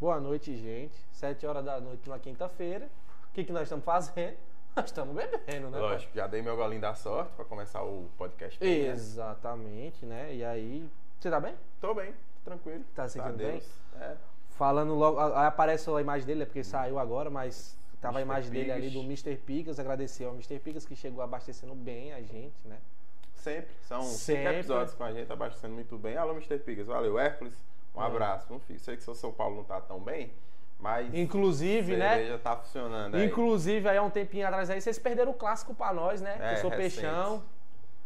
boa noite, gente. Sete horas da noite numa quinta-feira. O que, que nós estamos fazendo? Nós estamos bebendo, né? pai? Lógico, já dei meu golinho da sorte pra começar o podcast. bem, né? Exatamente, né? E aí, você tá bem? Tô bem, tô tranquilo. Tá se Graças a sentindo bem? Deus. É. Falando logo, aí aparece a imagem dele, é porque saiu agora, mas tava a Mr. imagem dele ali Pigas. do Mr. Pigas. Agradecer ao Mr. Pigas que chegou abastecendo bem a gente, né? Sempre. São cinco Sempre. episódios com a gente abastecendo muito bem. Alô, Mr. Pigas. Valeu, Hércules. Um É. abraço. Não fico. Sei que seu São Paulo não tá tão bem, mas a Inclusive, né? cerveja tá funcionando aí. Inclusive, aí há um tempinho atrás aí, vocês perderam o clássico pra nós, né? É, eu sou recente. peixão,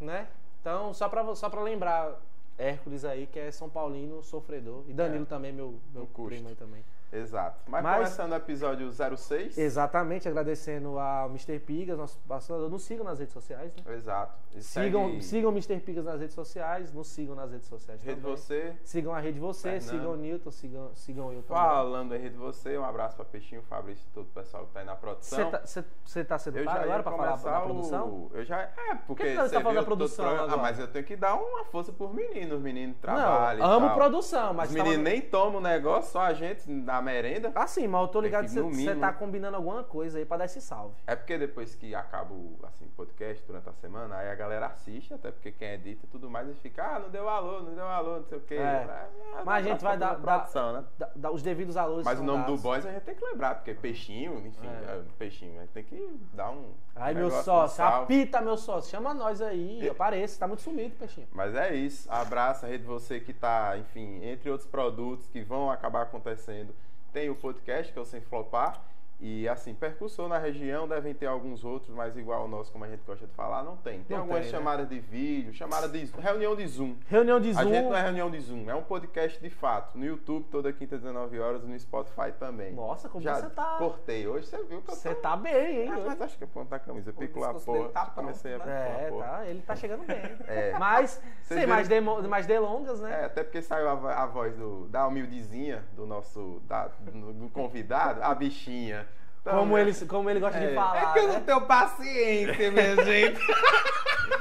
né? Então, só pra, vo- só pra lembrar, Hércules aí, que é São Paulino, sofredor. E Danilo É. também, meu, meu No custo. primo aí também. Exato. Mas, Mas- começando o episódio 06. Exatamente, agradecendo ao Mr. Pigas, nosso patrocinador. Nos sigam nas redes sociais, né? Exato. E Sigam, segue sigam o Mr. Pigas nas redes sociais, nos sigam nas redes sociais Rede também. Uhum. Você. Sigam a Rede Você, Fernando. sigam o Newton, sigam, sigam eu também. Falando em Rede Você, um abraço pra Peixinho, Fabrício e todo o pessoal que tá aí na produção. Você tá, cê- cê tá sendo Eu pago já agora ia pra falar começar da produção? o- Eu já. É, porque. que nós você tá falando viu da produção todo o programa- Ah, agora? mas eu tenho que dar uma força por menino. Os meninos trabalham. Não, e amo tal. produção, mas Os tava- meninos nem tomam o negócio, só a gente na merenda. Assim, mas eu tô Tem ligado que, que no você mínimo, tá né? combinando alguma coisa aí pra dar esse salve. É porque depois que acaba o assim, podcast durante a semana, aí a galera assiste, até porque quem edita e tudo mais, e fica, ah, não deu alô, não deu alô, não sei o quê. É. Ah, Mas dá a gente pra vai dar- fazer uma Produção, né? Da- da- os devidos valores Mas o são nome dados. do boys a gente tem que lembrar, porque é peixinho, enfim, É. é peixinho, a gente tem que dar um. Aí, meu negócio, um sócio, salve. apita, meu sócio. Chama nós aí, apareça. Tá muito sumido, peixinho. Mas é isso. Abraço a rede você que tá, enfim, entre outros produtos que vão acabar acontecendo. Tem o podcast, que é o Sem Flopar. E assim, percussor na região, devem ter alguns outros, mas igual o nosso, como a gente gosta de falar, não tem. Tem Não algumas tem, né? chamadas de vídeo, chamada de reunião de Zoom. Reunião de A Zoom. gente não é reunião de Zoom, é um podcast de fato. No YouTube, toda quinta, 19 horas, e no Spotify também. Nossa, como Já você tá. cortei. Hoje você viu que eu Você tô... tá bem, hein? Ah, hoje. mas acho que eu ponto a camisa, pico a pescoço porra. dele tá Já pronto, comecei a né? picular a É, porra. tá. Ele tá chegando bem. É. Mas, sem viram- mais, demo- mais delongas, né? É, até porque saiu a, vo- a voz do, da humildezinha do nosso da- do, do convidado, a bichinha. Então, como, né, ele, como ele gosta de É. falar. É que eu né? não tenho paciência, minha gente.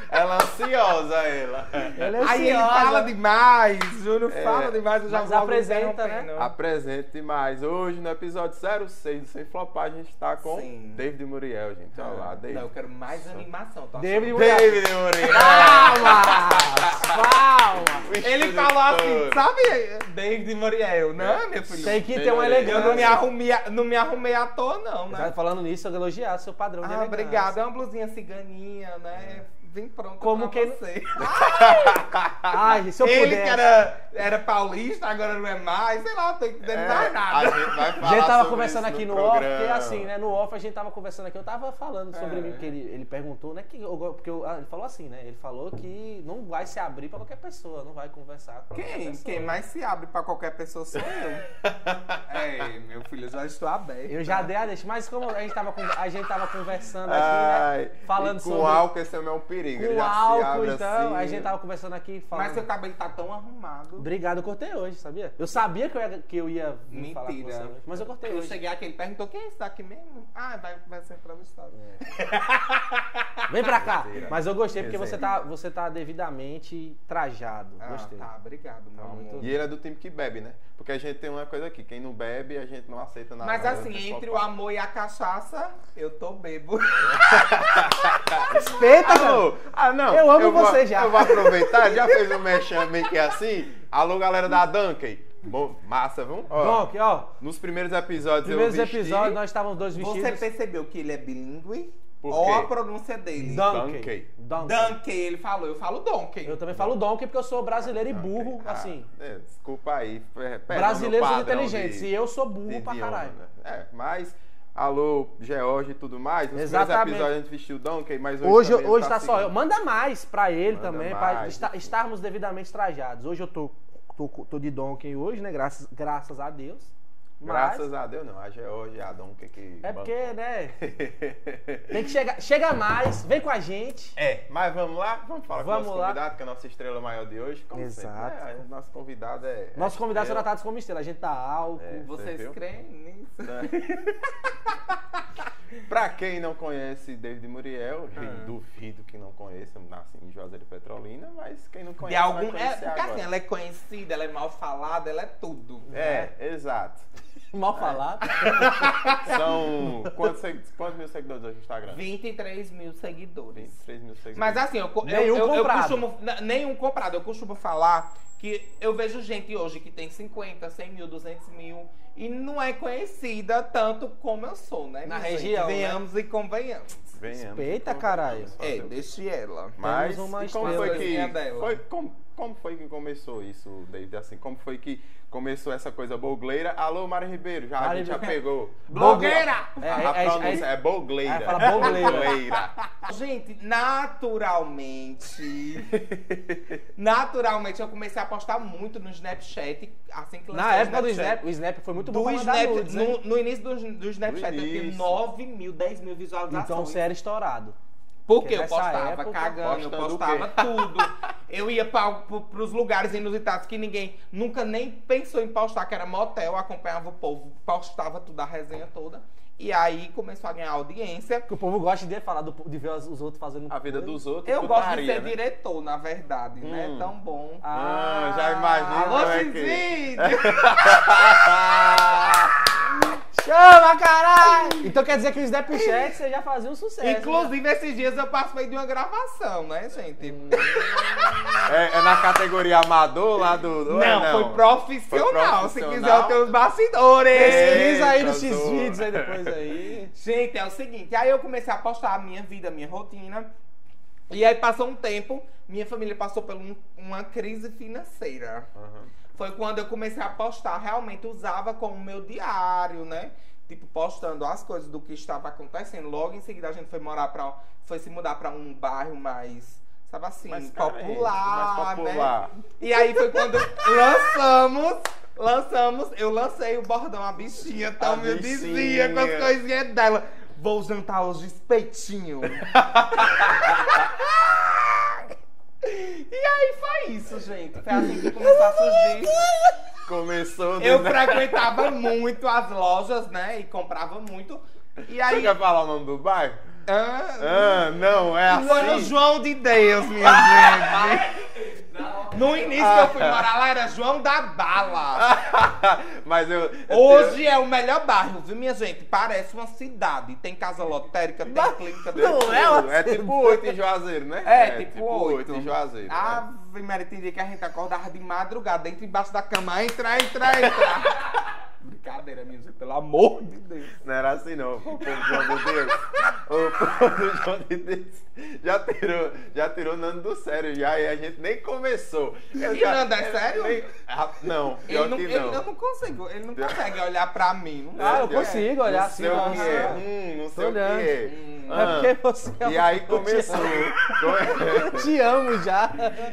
Ela é ansiosa, ela. Ele é Aí ele ansiosa. fala demais, Júnior É. fala demais, eu já Mas vou logo apresenta, né? interrompendo. Apresente demais. Hoje, no episódio 06 do Sem Flopar, a gente está com Sim. David Muriel, gente. Olha Ah, lá, Não, eu David. quero mais animação, tá? David achando? Muriel. David Ah, Muriel. Calma! Calma! Ele falou assim, sabe? David Moriel, não, meu filho? Tem que ter Melhorei. uma Eu elegância. não me, arrumei, não me arrumei à toa, não, Tá né? falando nisso, eu elogiar seu padrão de Ah, elegância. obrigado. É uma blusinha ciganinha, né? Vem pronto Como pra quem- você. Ai, se eu Ele pudesse. que era, era paulista, agora não é mais. Sei lá, não tem que dizer mais nada. É, A gente vai falar A gente tava sobre conversando isso aqui no, off, programa. porque assim, né? No off a gente tava conversando aqui, eu tava falando sobre É. mim, que ele, ele perguntou, né? Que eu go- porque eu- ah, ele falou assim, né? Ele falou que não vai se abrir pra qualquer pessoa, não vai conversar com qualquer Quem? pessoa. Quem mais se abre pra qualquer pessoa sou eu. Ei, É, meu filho, eu já estou aberto. Eu já dei a deixa, mas como a gente tava, con- a gente tava conversando aqui, né? Ai, Falando e com sobre- álcool, esse é o meu perigo. Ah, ele Com já se álcool, abre então, assim. a gente tava conversando aqui falando. Mas seu cabelo tá tão arrumado. Obrigado, eu cortei hoje, sabia? Eu sabia que eu ia, que eu ia vir falar com Mentira. você hoje, mas eu cortei Eu hoje. cheguei aqui, ele perguntou quem é esse daqui mesmo? Ah, vai, vai ser entrevistado. Vem pra cá. Besteira. Mas eu gostei porque você Desenho. tá, você tá devidamente trajado. Ah, Gostei. tá, obrigado, meu Tá amor. muito- E ele é do time que bebe, né? Porque a gente tem uma coisa aqui, quem não bebe, a gente não aceita nada. né? Mas assim, Pessoal entre o fala, amor e a cachaça, eu tô bebo. Respeita, cara. Alô, ah, não. Eu amo vou- você já. Eu vou aproveitar, já fez um mexame meio que assim. Alô, galera da Duncan. Bom, massa, vamos? Bom, aqui, ó. nos primeiros episódios Primeiros eu vesti... episódios, nós estávamos dois Você vestidos. percebeu que ele é bilíngue? Por Ou quê? a pronúncia dele? Donkey. Donkey. Donkey. Donkey, ele falou, eu falo Donkey. Eu também falo donkey porque eu sou brasileiro e burro, Ah, assim. é, desculpa aí. pe- perdão, meu Brasileiros são padrão inteligentes de- e eu sou burro de pra idioma, caralho. né? É, mas. Alô, George e tudo mais. Nos Exatamente. primeiros episódios a gente vestiu Donkey, mas hoje. Hoje, também hoje tá tá só seguindo. eu. Manda mais pra ele Manda também, pra mais, esta- isso. estarmos devidamente trajados. Hoje eu tô, tô, tô de donkey hoje, né? Graças, graças a Deus. Mas Graças a Deus, não. A George e a Donkey que. é porque, né? Tem que chegar. Chega mais, vem com a gente. É, mas vamos lá? Vamos falar Vamos com o nosso lá. convidado, que é a nossa estrela maior de hoje. Como Exato. Sempre, né? Nosso convidado é. Nosso convidado será estrela. tratado como estrela. A gente tá álcool. É. Você Vocês viu? creem nisso? é Pra quem não conhece David Muriel, Ah. eu duvido que não conheça, nasce em Juazeiro de Petrolina, mas quem não De conhece. vai algum. É, conhecer porque assim, agora. né? ela é conhecida, ela é mal falada, ela é tudo. É, exato. Mal falado. São quantos, segu- quantos mil seguidores hoje no Instagram? 23 mil seguidores. 23 mil seguidores. Mas assim, eu, co- eu- Nenhum eu- eu comprado. costumo. n- Nenhum comprado. Eu costumo falar que eu vejo gente hoje que tem 50, 100 mil, 200 mil e não é conhecida tanto como eu sou, né? Na minha gente? região, né? Venhamos e convenhamos. Venhamos, então, Respeita, vamos caralho. fazer É, o- deixe ela. Mas Temos uma e como foi estrelazinha que dela. foi, como, como foi que começou isso, David? Assim, como foi que começou essa coisa bogleira? Alô, Mari Ribeiro, já a Mari gente já Ribeiro. pegou. Blogueira! A, a É, é, pronúncia é, é bogleira. É, fala bogleira. Gente, naturalmente. naturalmente, eu comecei a postar muito no Snapchat. Assim que lançou Na o época é do Snapchat. Snap, o Snap foi muito bom Do pra mandar Snap, nudes, né? hein? no, no início do, do Snapchat, eu tive início. 9 mil, 10 mil visualizações. Então você era estourado. Porque eu Nessa postava época, cagando, eu postando o postava tudo. Eu ia pra, pro, pros lugares inusitados que ninguém nunca nem pensou em postar, que era motel, acompanhava o povo, postava tudo, a resenha toda. E aí começou a ganhar audiência. Porque o povo gosta de falar, do- de ver os os outros fazendo... A vida dos outros. Eu gosto de putaria, ser né? diretor, na verdade, né? Hum. É tão bom. Ah, já imagino Alô, como é que... Zinzide! Ah, Chama, caralho! Então quer dizer que o Snapchat você já fazia um É, sucesso. né? Inclusive, esses dias eu participei de uma gravação, né, gente? Hum. É, é na categoria amador lá do... Não, ou é foi profissional. Se profissional. quiser, eu tenho os bastidores. Pesquisa aí nos Eita, X-Vídeos aí zoa. depois aí. Gente, é o seguinte, aí eu comecei a postar a minha vida, a minha rotina. E aí passou um tempo, minha família passou por um- uma crise financeira. Aham. Foi quando eu comecei a postar, realmente usava como meu diário, né? Tipo, postando as coisas do que estava acontecendo. Logo em seguida a gente foi morar pra. foi se mudar pra um bairro mais, sabe assim, Mais carente, popular, mais né? popular. E aí foi quando lançamos, lançamos, eu lancei o bordão, a bichinha tal, me bichinha. dizia com as coisinhas dela. Vou jantar hoje espetinho. e aí foi isso, gente. Foi assim que começou a surgir. Começou do... Eu nada. frequentava muito as lojas, né? E comprava muito. E Você aí. quer falar o nome do bairro? Ah, Ah, não, é assim. foi no João de Deus, minha gente. No início que eu fui Ah. morar lá era João da Bala. Mas eu... Hoje é o melhor bairro, viu, minha gente? Parece uma cidade. Tem casa lotérica, tem clínica, tem não tudo. é uma- É tipo 8 em Juazeiro, né? É, tipo, oito. em Juazeiro. Ah, né? Ave Maria, tem dia que a gente acordava de madrugada, entra embaixo da cama, entra, entra, entra. Brincadeira, minha gente, pelo amor de Deus. Não era assim não, o povo do João de Deus. O povo do João de Deus já tirou, já tirou Nando do sério já e a gente nem começou. Eu E já- Nando é sério? nem- Ah, não, pior Ele não, que ele- não. É, eu não consigo, ele não consegue olhar pra mim. Não Ah, eu consegue. consigo olhar não assim. sei o que nossa. é. Hum, não sei Tô o que é. Ah, É porque você é e um- aí eu te começou. amo. Eu te amo já.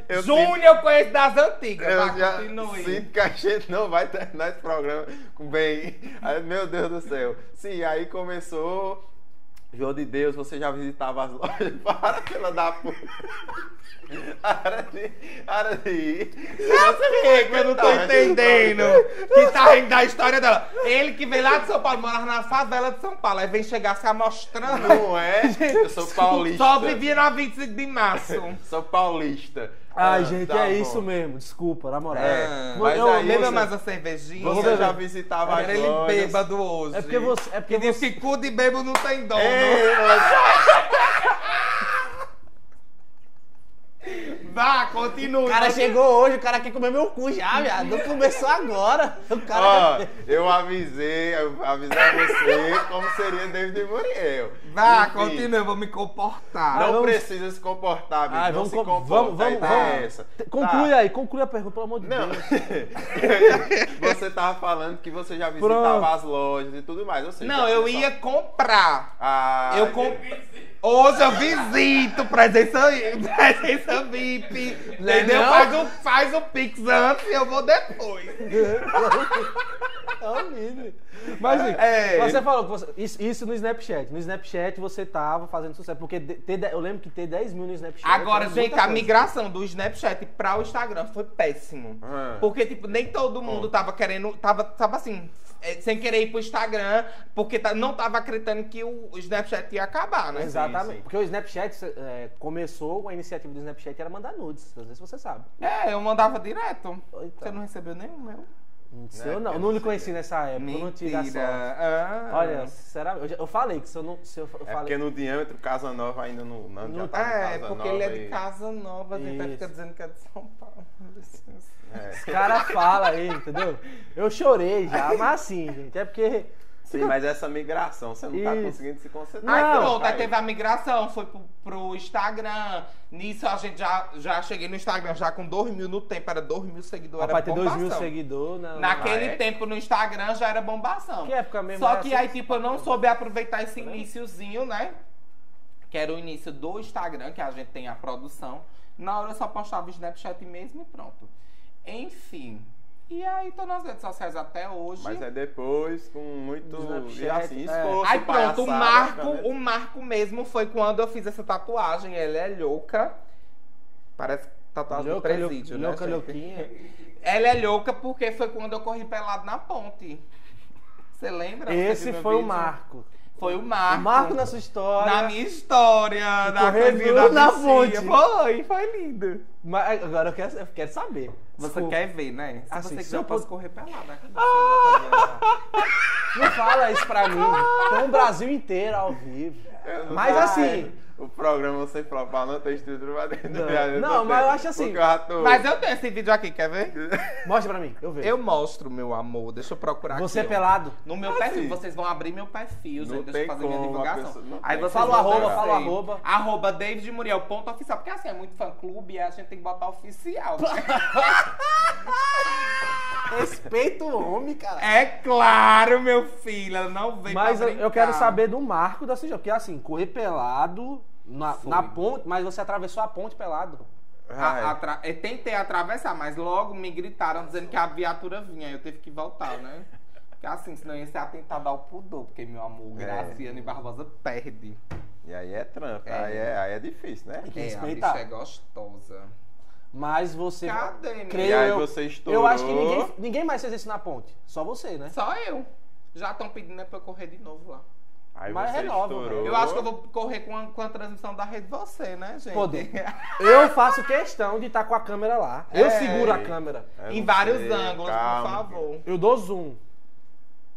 Eu Júnior eu conheço das antigas. Eu vai, já continue. sinto que a gente não vai terminar esse programa com bem. Ai, Meu Deus do céu. Sim, aí começou. João de Deus, você já visitava as lojas? Para, fila da puta. Para de, para de ir. Ei, que eu não então, tô entendendo. Que tá rindo da história dela. Ele que veio lá de São Paulo, morava na favela de São Paulo. Aí vem chegar se amostrando. Não é? Eu sou paulista. Só vivia na 25 de março. Sou paulista. Ai, Ah, gente, tá é bom. isso mesmo. Desculpa, na moral. É, Mano, mas eu- aí lembra- Beba você- mais uma cervejinha. Você já visitava as Era ele lojas. bêbado hoje. É porque você- é porque que diz você- que cu de bêbado não tem dono. Ei, mas- Vá, continue. O cara chegou hoje, o cara quer comer meu cu já, viado. Não começou agora. O Ó, cara. eu avisei, eu avisei a você como seria David Muriel. Vá, Enfim, continue, eu vou me comportar. Não Ah, vamos- precisa se comportar, amigo. Ai, não vamos, se com- comporta. vamos, a vamos, ideia é vamos. essa. Conclui Tá. aí, conclui a pergunta, pelo amor de Não. Deus. você tava falando que você já visitava Pronto. as lojas e tudo mais. Ou seja, Não, já eu começou- ia comprar. Ah, Eu entendi. com... Hoje eu visito, presença, presença VIP. Entendeu? não? Faz o, faz o Pix antes e eu vou depois. É um mini. Mas assim, É. você falou que você- isso, isso no Snapchat. No Snapchat você tava fazendo sucesso. Porque de- ter de- eu lembro que ter 10 mil no Snapchat. Agora, era gente, muita a coisa. migração do Snapchat para o Instagram foi péssimo. Ah. É. Porque, tipo, nem todo mundo tava querendo. Tava, tava assim, eh, sem querer ir pro Instagram, porque tá- não tava acreditando que o o Snapchat ia acabar, né? Exatamente. Sim, sim. Porque o Snapchat é, começou, a iniciativa do Snapchat era mandar nudes. Às vezes você sabe. É, eu mandava direto. Então. Você não recebeu nenhum meu. Não sei Né? eu não. Porque Eu não lhe você- conheci nessa época. Eu não tive a Mentira. sorte. Ah. Olha, sinceramente, eu, já- eu falei que se eu não. Se eu, eu É porque falei. no diâmetro Casa Nova ainda não. não, já No- tá em É, Casa porque Nova ele é de e- Casa Nova, a gente Isso. fica dizendo que é de São Paulo. Licença. É. Os caras falam aí, entendeu? Eu chorei já, mas assim, gente. É porque. Sim, mas essa migração, você não tá Isso. conseguindo se concentrar. Então, Aí Não, pronto, aí Caio. teve a migração, foi pro, pro Instagram. Nisso a gente já, já cheguei no Instagram já com 2 mil no tempo, era 2 mil seguidores. Rapaz, tem dois mil bombação. seguidores. Não, Naquele Ah, é? tempo no Instagram já era bombação. Que época mesmo Só era que assim? aí, tipo, eu não soube aproveitar esse iniciozinho, né? Que era o início do Instagram, que a gente tem a produção. Na hora eu só postava o Snapchat mesmo e pronto. Enfim. E aí tô nas redes sociais até hoje. Mas é depois, com muito. Snapchat, E assim, é. esforço. Aí pronto, palhaçada, o marco, um- né? o marco mesmo foi quando eu fiz essa tatuagem. Ela é louca. Parece tatuagem do Louca, presídio, né? louca, gente? louquinha. Ela é louca porque foi quando eu corri pelado na ponte. Você lembra? Você Esse viu foi o meu vídeo? marco. Foi o O Marco. marco na sua história. Na minha história, na correu cozinha nu da na fonte. vizinha. Foi, foi lindo. Mas agora eu quero, eu quero saber. Você Desculpa. quer ver, né? Se Assim, você Ah! se quiser, eu eu posso pud- correr né? pelada. aqui. Não fala isso pra mim. Com o Brasil inteiro ao vivo. Eu não Mas sei. assim- O programa sem flopar não tem estrutura pra dentro. Não. viado, Não, tô mas tendo, eu acho assim- porque eu já tô- Ah, é. Mas eu tenho esse vídeo aqui, quer ver? Mostra pra mim, eu vejo. Eu mostro, meu amor. Deixa eu procurar Você é aqui. ó. pelado. No meu Assim. perfil, vocês vão abrir meu perfil, Não gente, deixa eu tem fazer minha como a divulgação. pessoa- não tem Aí vocês como. vão Fala o ver, arroba, fala o assim, arroba. Arroba David Muriel, ponto oficial. Porque assim, é muito fã clube, aí a gente tem que botar oficial. Respeita o homem, cara. é claro, meu filho, ela não vem Mas pra eu, eu brincar. quero saber do marco da sua história. Porque assim, correr pelado na, Foi. na ponte, mas você atravessou a ponte pelado. Ai, A, atra- eu tentei atravessar, mas logo me gritaram dizendo que a viatura vinha. aí Eu tive que voltar, né? Porque assim, senão ia ser atentado ao pudor. Porque, meu amor, É. Graciane Barbosa perde. E aí é trampa, É. Aí, é, aí é difícil, né? Tem que É, respeitar. a bicha é gostosa. Mas você. Cadê, menino? E Creio aí eu. você estourou. Eu acho que ninguém, ninguém mais fez isso na ponte. Só você, né? Só eu. Já estão pedindo é pra eu correr de novo lá. Aí Mas você renova, estourou. Eu acho que eu vou correr com a, com a transmissão da rede você, né, gente? Poder. Eu faço questão de estar com a câmera lá. Eu É. seguro a câmera. Eu em não vários sei, ângulos, calma, por favor. Eu dou zoom.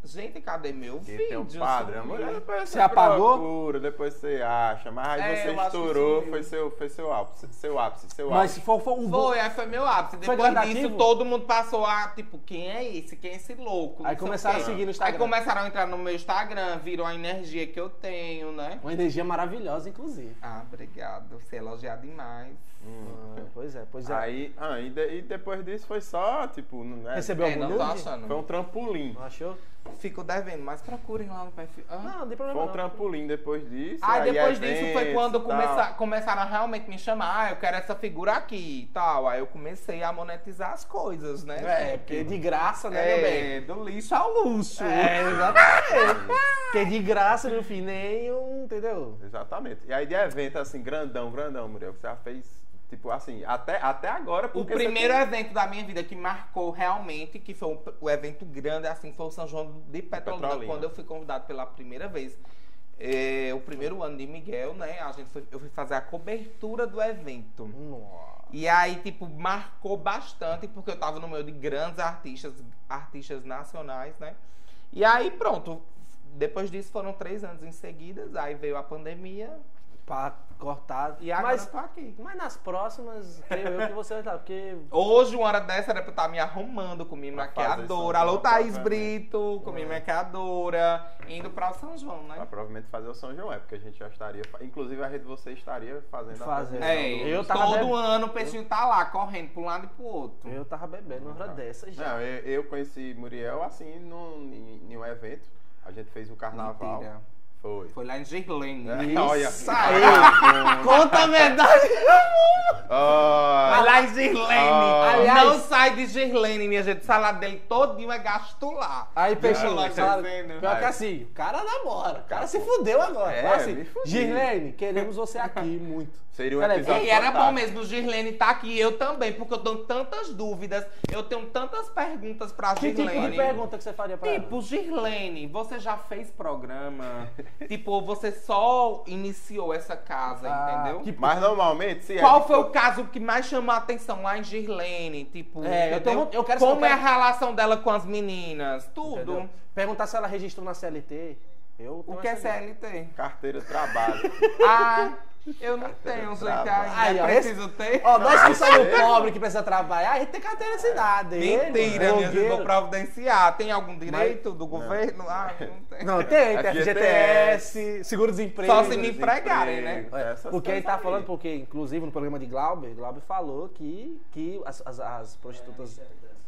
Gente, cadê meu que vídeo? tem um padrão. Sumiu. Mas depois Você apagou? procura, depois você acha. Mas aí É, eu você acho que estourou, sumiu. foi seu, foi seu ápice, seu ápice, seu Mas ápice. se for, for o bom. Foi, aí foi meu ápice. Foi Depois gradativo? disso, todo mundo passou a, tipo, quem é esse? Quem é esse louco? Não Aí sei começaram o a quê. seguir no Instagram. Aí começaram a entrar no meu Instagram, viram a energia que eu tenho, né? Uma energia maravilhosa, inclusive. Ah, obrigado. Você elogiar demais. Ah, pois é, pois é. Aí, ah, e, de- e depois disso foi só, tipo, não é- Recebeu é, algum não tô nude? achando. Foi um trampolim. Não achou? Fico devendo, mas procurem lá no perfil. Ah. Não, não tem Foi problema um não. trampolim depois disso. Aí depois eventos disso foi e quando tal. começa- começaram a realmente me chamar, ah, eu quero essa figura aqui e tal. Aí eu comecei a monetizar as coisas, né? É, porque de graça, né, meu bem? é, do lixo ao luxo. É, exatamente. porque é de graça, meu filho, nem um, entendeu? Exatamente. E aí de evento, assim, grandão, grandão, Muriel, que você já fez, tipo, assim, até, até agora. O porque você primeiro é- tem- evento da minha vida que marcou realmente, que foi o, o evento grande, assim, foi o São João de Petrolina, Petrolina. quando eu fui convidado pela primeira vez. É, o primeiro ano de Miguel, né? A gente foi- eu fui fazer a cobertura do evento. Nossa. E aí, tipo, marcou bastante, porque eu tava no meio de grandes artistas, artistas nacionais, né? E aí, pronto. Depois disso foram três anos em seguida, aí veio a pandemia Pra cortar. e agora mas, eu tô aqui. mas nas próximas, creio eu que você vai estar, porque Hoje, uma hora dessa, era pra eu estar me arrumando é com minha Pra fazer São João, maquiadora. Alô, Thaís provavelmente. Brito, com minha É. maquiadora. Indo pra São João, Pra né? provavelmente fazer o São João, é porque a gente já estaria. fa- Inclusive a rede você estaria fazendo a Fazendo. transmissão É, do- eu tava todo bebe- ano o peixinho tá lá, correndo pra um lado e pro outro. É, eu tava bebendo uma hora dessa já. Não, eu, eu conheci Muriel assim num, em, em um evento. A gente fez o carnaval. Mentira. Foi. Foi lá em Girlene. É, Olha. Ah. aí. Olha. Conta a verdade! Vai lá em Girlene. Ah. Aliás- não sai de Girlene, minha gente. O salário dele todinho é gasto lá. Aí, Peixinho, Não, sabe? não. Pior que Vai. assim, o cara namora, o cara se fudeu agora. É, Fala assim, me fudi. Girlene, queremos você aqui muito. Seria um Peraí, episódio E era fantástico. bom mesmo o Girlene estar aqui, eu também, porque eu tenho tantas dúvidas, eu tenho tantas perguntas pra Que tipo Girlene. de pergunta que você faria pra ela? Tipo, Girlene, você já fez programa? Tipo, você só iniciou essa casa, Ah, então. entendeu? Mas normalmente, se Qual é, foi o caso que mais chamou a atenção lá em Girlene? Tipo, É, eu entendeu? tenho- eu quero como saber- é a relação dela com as meninas? Tudo. Entendeu? Perguntar se ela registrou na CLT. Eu O tenho que é essa dúvida. CLT? carteira de trabalho. Ah, eu não tenho, gente, ainda. Tá Aí, ó, preciso ter. Ó, nós que Não, somos eu- pobre que precisa trabalhar, a gente tem carteira de cidade. Mentira, hein, minha gente, vou é blogueiro. providenciar. Tem algum direito do governo? Ah, não tem. Não, tem, é tem FGTS, FGTS, seguro-desemprego. Só se me empregarem, né? Desemprego, É, essas porque ele coisas tá aí. falando, porque inclusive no programa de Glauber, Glauber falou que, que as, as- as prostitutas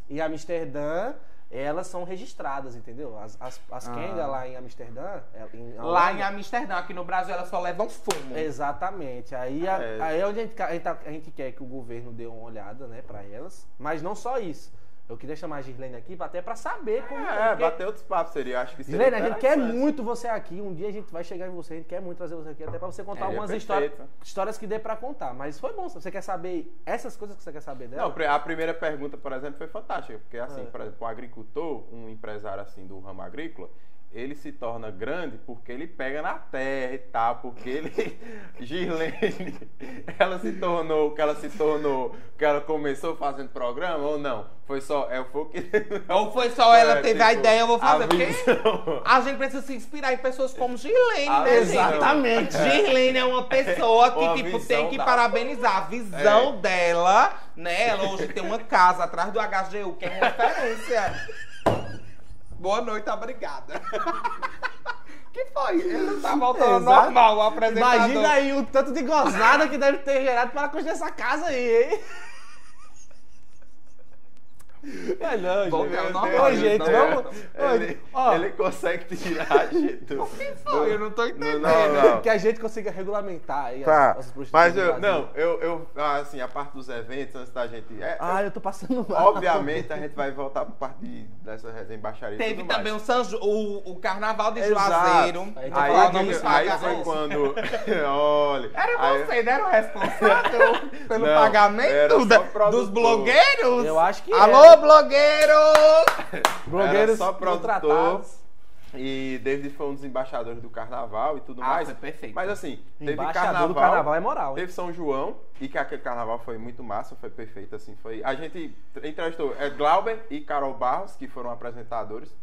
em Amsterdã, elas são registradas, entendeu? As, as, as Ah. Kenga lá em Amsterdã... é- Lá em Holanda- Amsterdã, aqui no Brasil, elas só levam fumo. Exatamente. Aí, Ah, a- É. aí é onde a gente, ca- a, gente, tá- a gente quer que o governo dê uma olhada, né, pra elas. Mas não só isso. Eu queria chamar a Gislene aqui pra- até pra saber como... É, porque- bater outros papos seria, acho que seria. Gislene, a gente quer interessante. muito você aqui. Um dia a gente vai chegar em você, a gente quer muito trazer você aqui, até pra você contar É, algumas perfeito. histórias, histórias que dê pra contar. Mas foi bom, você quer saber essas coisas que você quer saber dela? Não, pre- a primeira pergunta, por exemplo, foi fantástica, porque assim, É. por exemplo, um agricultor, um empresário assim do ramo agrícola, ele se torna grande porque ele pega na terra e tal, porque ele Girlene, ela se tornou, que ela se tornou, que ela começou fazendo programa ou não? Foi só é foi o que Ou foi só ela É, teve tipo, a ideia, eu vou fazer. a Porque visão. a gente precisa se inspirar em pessoas como Girlene, A né, visão. Exatamente. gente? Girlene é uma pessoa Uma que, tipo, tem visão que da- É. parabenizar a visão dela, né? Ela hoje tem uma casa atrás do HGU, que é uma referência. Boa noite, obrigada. que foi? Ele tá voltando ao Exato. normal, o apresentador. tá Imagina aí o tanto de gozada que deve ter gerado para construir essa casa aí, hein? É não, Bom, gente. é o normal, Ô, né? gente, Não, vamos. Ô, ele, ó, ele consegue tirar a gente. do- Foi, eu não tô entendendo. não, não. Que a gente consiga regulamentar aí as- Tá, as prostitutas mas do eu, Brasil. não, eu, eu, assim, a parte dos eventos, antes da gente, é, Ah, eu tô passando mal. Obviamente a gente vai voltar para parte de- dessa resenha baixaria. e Teve tudo também um o, mais. San Ju- o, o Carnaval de Exato. Juazeiro. Aí tem que Aí, falar o que- nome aí do foi quando. Olha. aí- Era você, não era o responsável pelo Não, era pagamento só da- produtor. dos blogueiros? Eu acho que Alô, era. blogueiros! Blogueiros só produtor. contratados. E David foi um dos embaixadores do carnaval e tudo Ah, mais. foi perfeito. Mas assim, teve Embaixador carnaval. do carnaval é moral, hein? Teve São João, e que aquele carnaval foi muito massa, foi perfeito, assim, foi... A gente entrevistou é, Glauber e Carol Barros, que foram apresentadores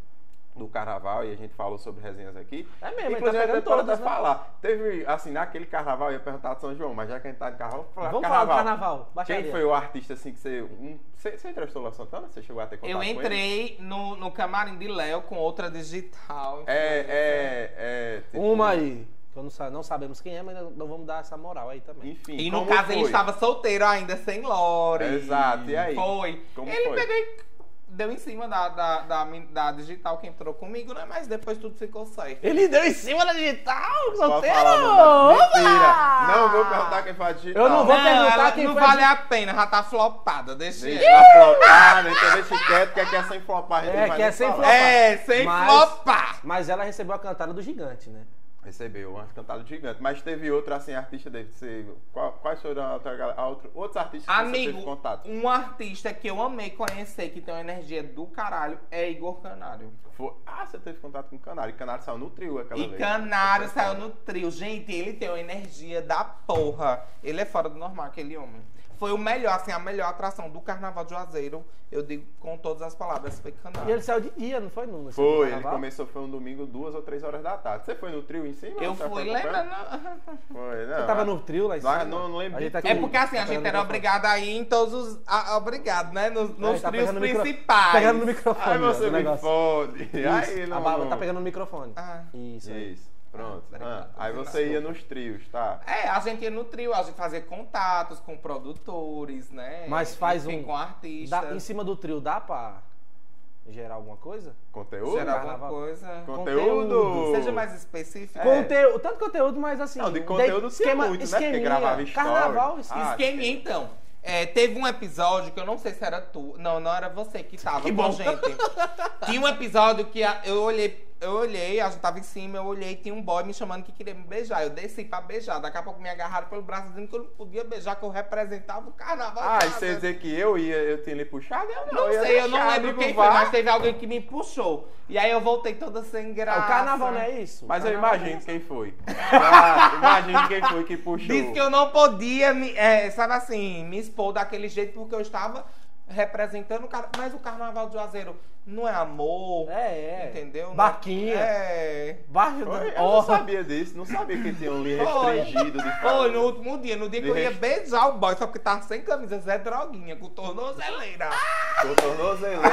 do carnaval, e a gente falou sobre resenhas aqui. É mesmo, ele tá Inclusive, pegando eu tô todas, até né? falar. Teve, assim, naquele carnaval, eu ia perguntar de São João, mas já que a gente tá de carnaval, vou falar Vamos falar carnaval. do carnaval. Quem Baixaria. foi o artista, assim, que você... um- você, você entrevistou o Léo Santana? Você chegou a ter contato Eu com ele? entrei no, no camarim de Léo com outra digital. É, é, é... tipo, Uma aí. que eu não, sa- não sabemos quem é, mas não vamos dar essa moral aí também. Enfim, E no como caso ele foi? estava solteiro ainda, sem Lore. Exato, e aí? Foi. Como ele foi? pegou e deu em cima da, da, da, men- da digital que entrou comigo, né? Mas depois tudo ficou certo. Ele deu em cima da digital, Pode solteiro! falar, não, não. Mentira! Não vou perguntar quem faz digital. Eu não vou- não, perguntar ela quem não foi a vale di- a pena, já tá flopada, deixa Deixa ela. flopada, entendeu? então Deixa quieto, que aqui é sem flopar. a gente É, não vai que é nem sem falar. flopar. É, sem Mas- flopar! Mas ela recebeu a cantada do gigante, né? Recebeu uma cantada gigante. Mas teve outra, assim, artista dele. Você, qual- quais foram a outra, galera- a outra- outros artistas que você teve Amigo, contato? um artista que eu amei conhecer, que tem uma energia do caralho, é Igor Canário. Foi- ah, você teve contato com o Canário. Canário saiu no trio aquela E vez. Canário saiu no trio. Gente, ele tem uma energia da porra. Ele é fora do normal, aquele homem. Foi o melhor, assim, a melhor atração do Carnaval de Juazeiro. Eu digo com todas as palavras, foi E ele Canário. saiu de dia, não foi? No, no Foi, ele carnaval? começou, foi um domingo, duas ou três horas da tarde. Você foi no trio em cima? Eu Você fui né? acompanhando? lembrando... Foi, não. Você tava no trio lá em Lá, cima? não- não lembro A gente de tá tudo. É porque assim, a Tá gente pegando era o microfone. obrigado a ir em todos os... ah, obrigado, né? Nos, É, nos tá trios pegando o micro- principais. Pegando no microfone. né? Aí você o me negócio. fode. Aí Isso, não... A barba tá pegando no microfone. Ah. Isso aí. Isso, pronto. Ah, Ah, tá aí ligado. você ia nos trios, tá? É, a gente ia no trio, a gente fazia contatos com produtores, né? Mas faz Enfim, um- com Dá- artistas. em cima do trio dá pra gerar alguma coisa? Conteúdo? Gerar alguma Carnaval. coisa. Conteúdo. Seja mais específico. É. Conteúdo, tanto conteúdo, mas assim. É. Não, de daí- conteúdo tinha muito, né? Porque esqueminha, gravava história. Carnaval, isso. Ah, Esqueminha, então. É, teve um episódio que eu não sei se era tu. Não, não era você que tava Que com bom. a gente. Tinha um episódio que a- eu olhei. eu olhei, a gente tava em cima, eu olhei, tinha um boy me chamando que queria me beijar. Eu desci pra beijar. Daqui a pouco me agarraram pelo braço dizendo que eu não podia beijar, que eu representava o carnaval. Ah, e sabe? você dizer que eu ia, eu tinha ele puxado? Eu não, Não ia sei, eu não deixar, lembro digo, quem foi, vá. mas teve alguém que me puxou. E aí eu voltei toda sem Ah, graça. o carnaval não é isso? Mas O eu carnaval imagino quem foi. Ah, imagino quem foi que puxou. Disse que eu não podia, me, é, sabe assim, me expor daquele jeito porque eu estava representando o cara. Mas o carnaval de Juazeiro não é amor. É, é. Entendeu? Não- Barquinha. É. Baixo Foi, da Eu não orla. sabia disso, não sabia que tinha um li Foi. restringido de Foi no último dia, no dia que De eu ia resto- beijar o boy, só porque tava sem camisa, Zé Droguinha, com tornozeleira. Com tornozeleira.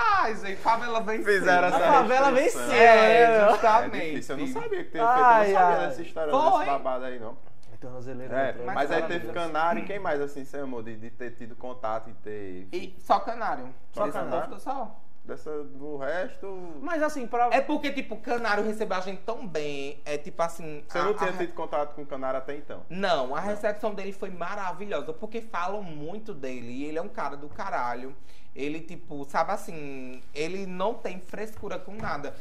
Ai, gente, favela vem Fizeram A essa favela restrição. venceu. É, É justamente. difícil, eu não sabia que tinha feito, Ai, eu não sabia ai. dessa história, Foi. desse babado aí não. Tornozeleira. É, né? mas, mas aí ela teve mesmo. Canário, quem mais assim, seu amor, de, de ter tido contato e ter... E só canário. Só Desse canário. povo, só. Dessa, do resto... Mas assim, pra... É porque, tipo, canário recebeu a gente tão bem. É tipo assim. Você a- não a tinha re- tido contato com o Canário até então? Não, a recepção dele foi maravilhosa, porque falam muito dele. E ele é um cara do caralho. Ele, tipo, sabe assim, ele não tem frescura com nada.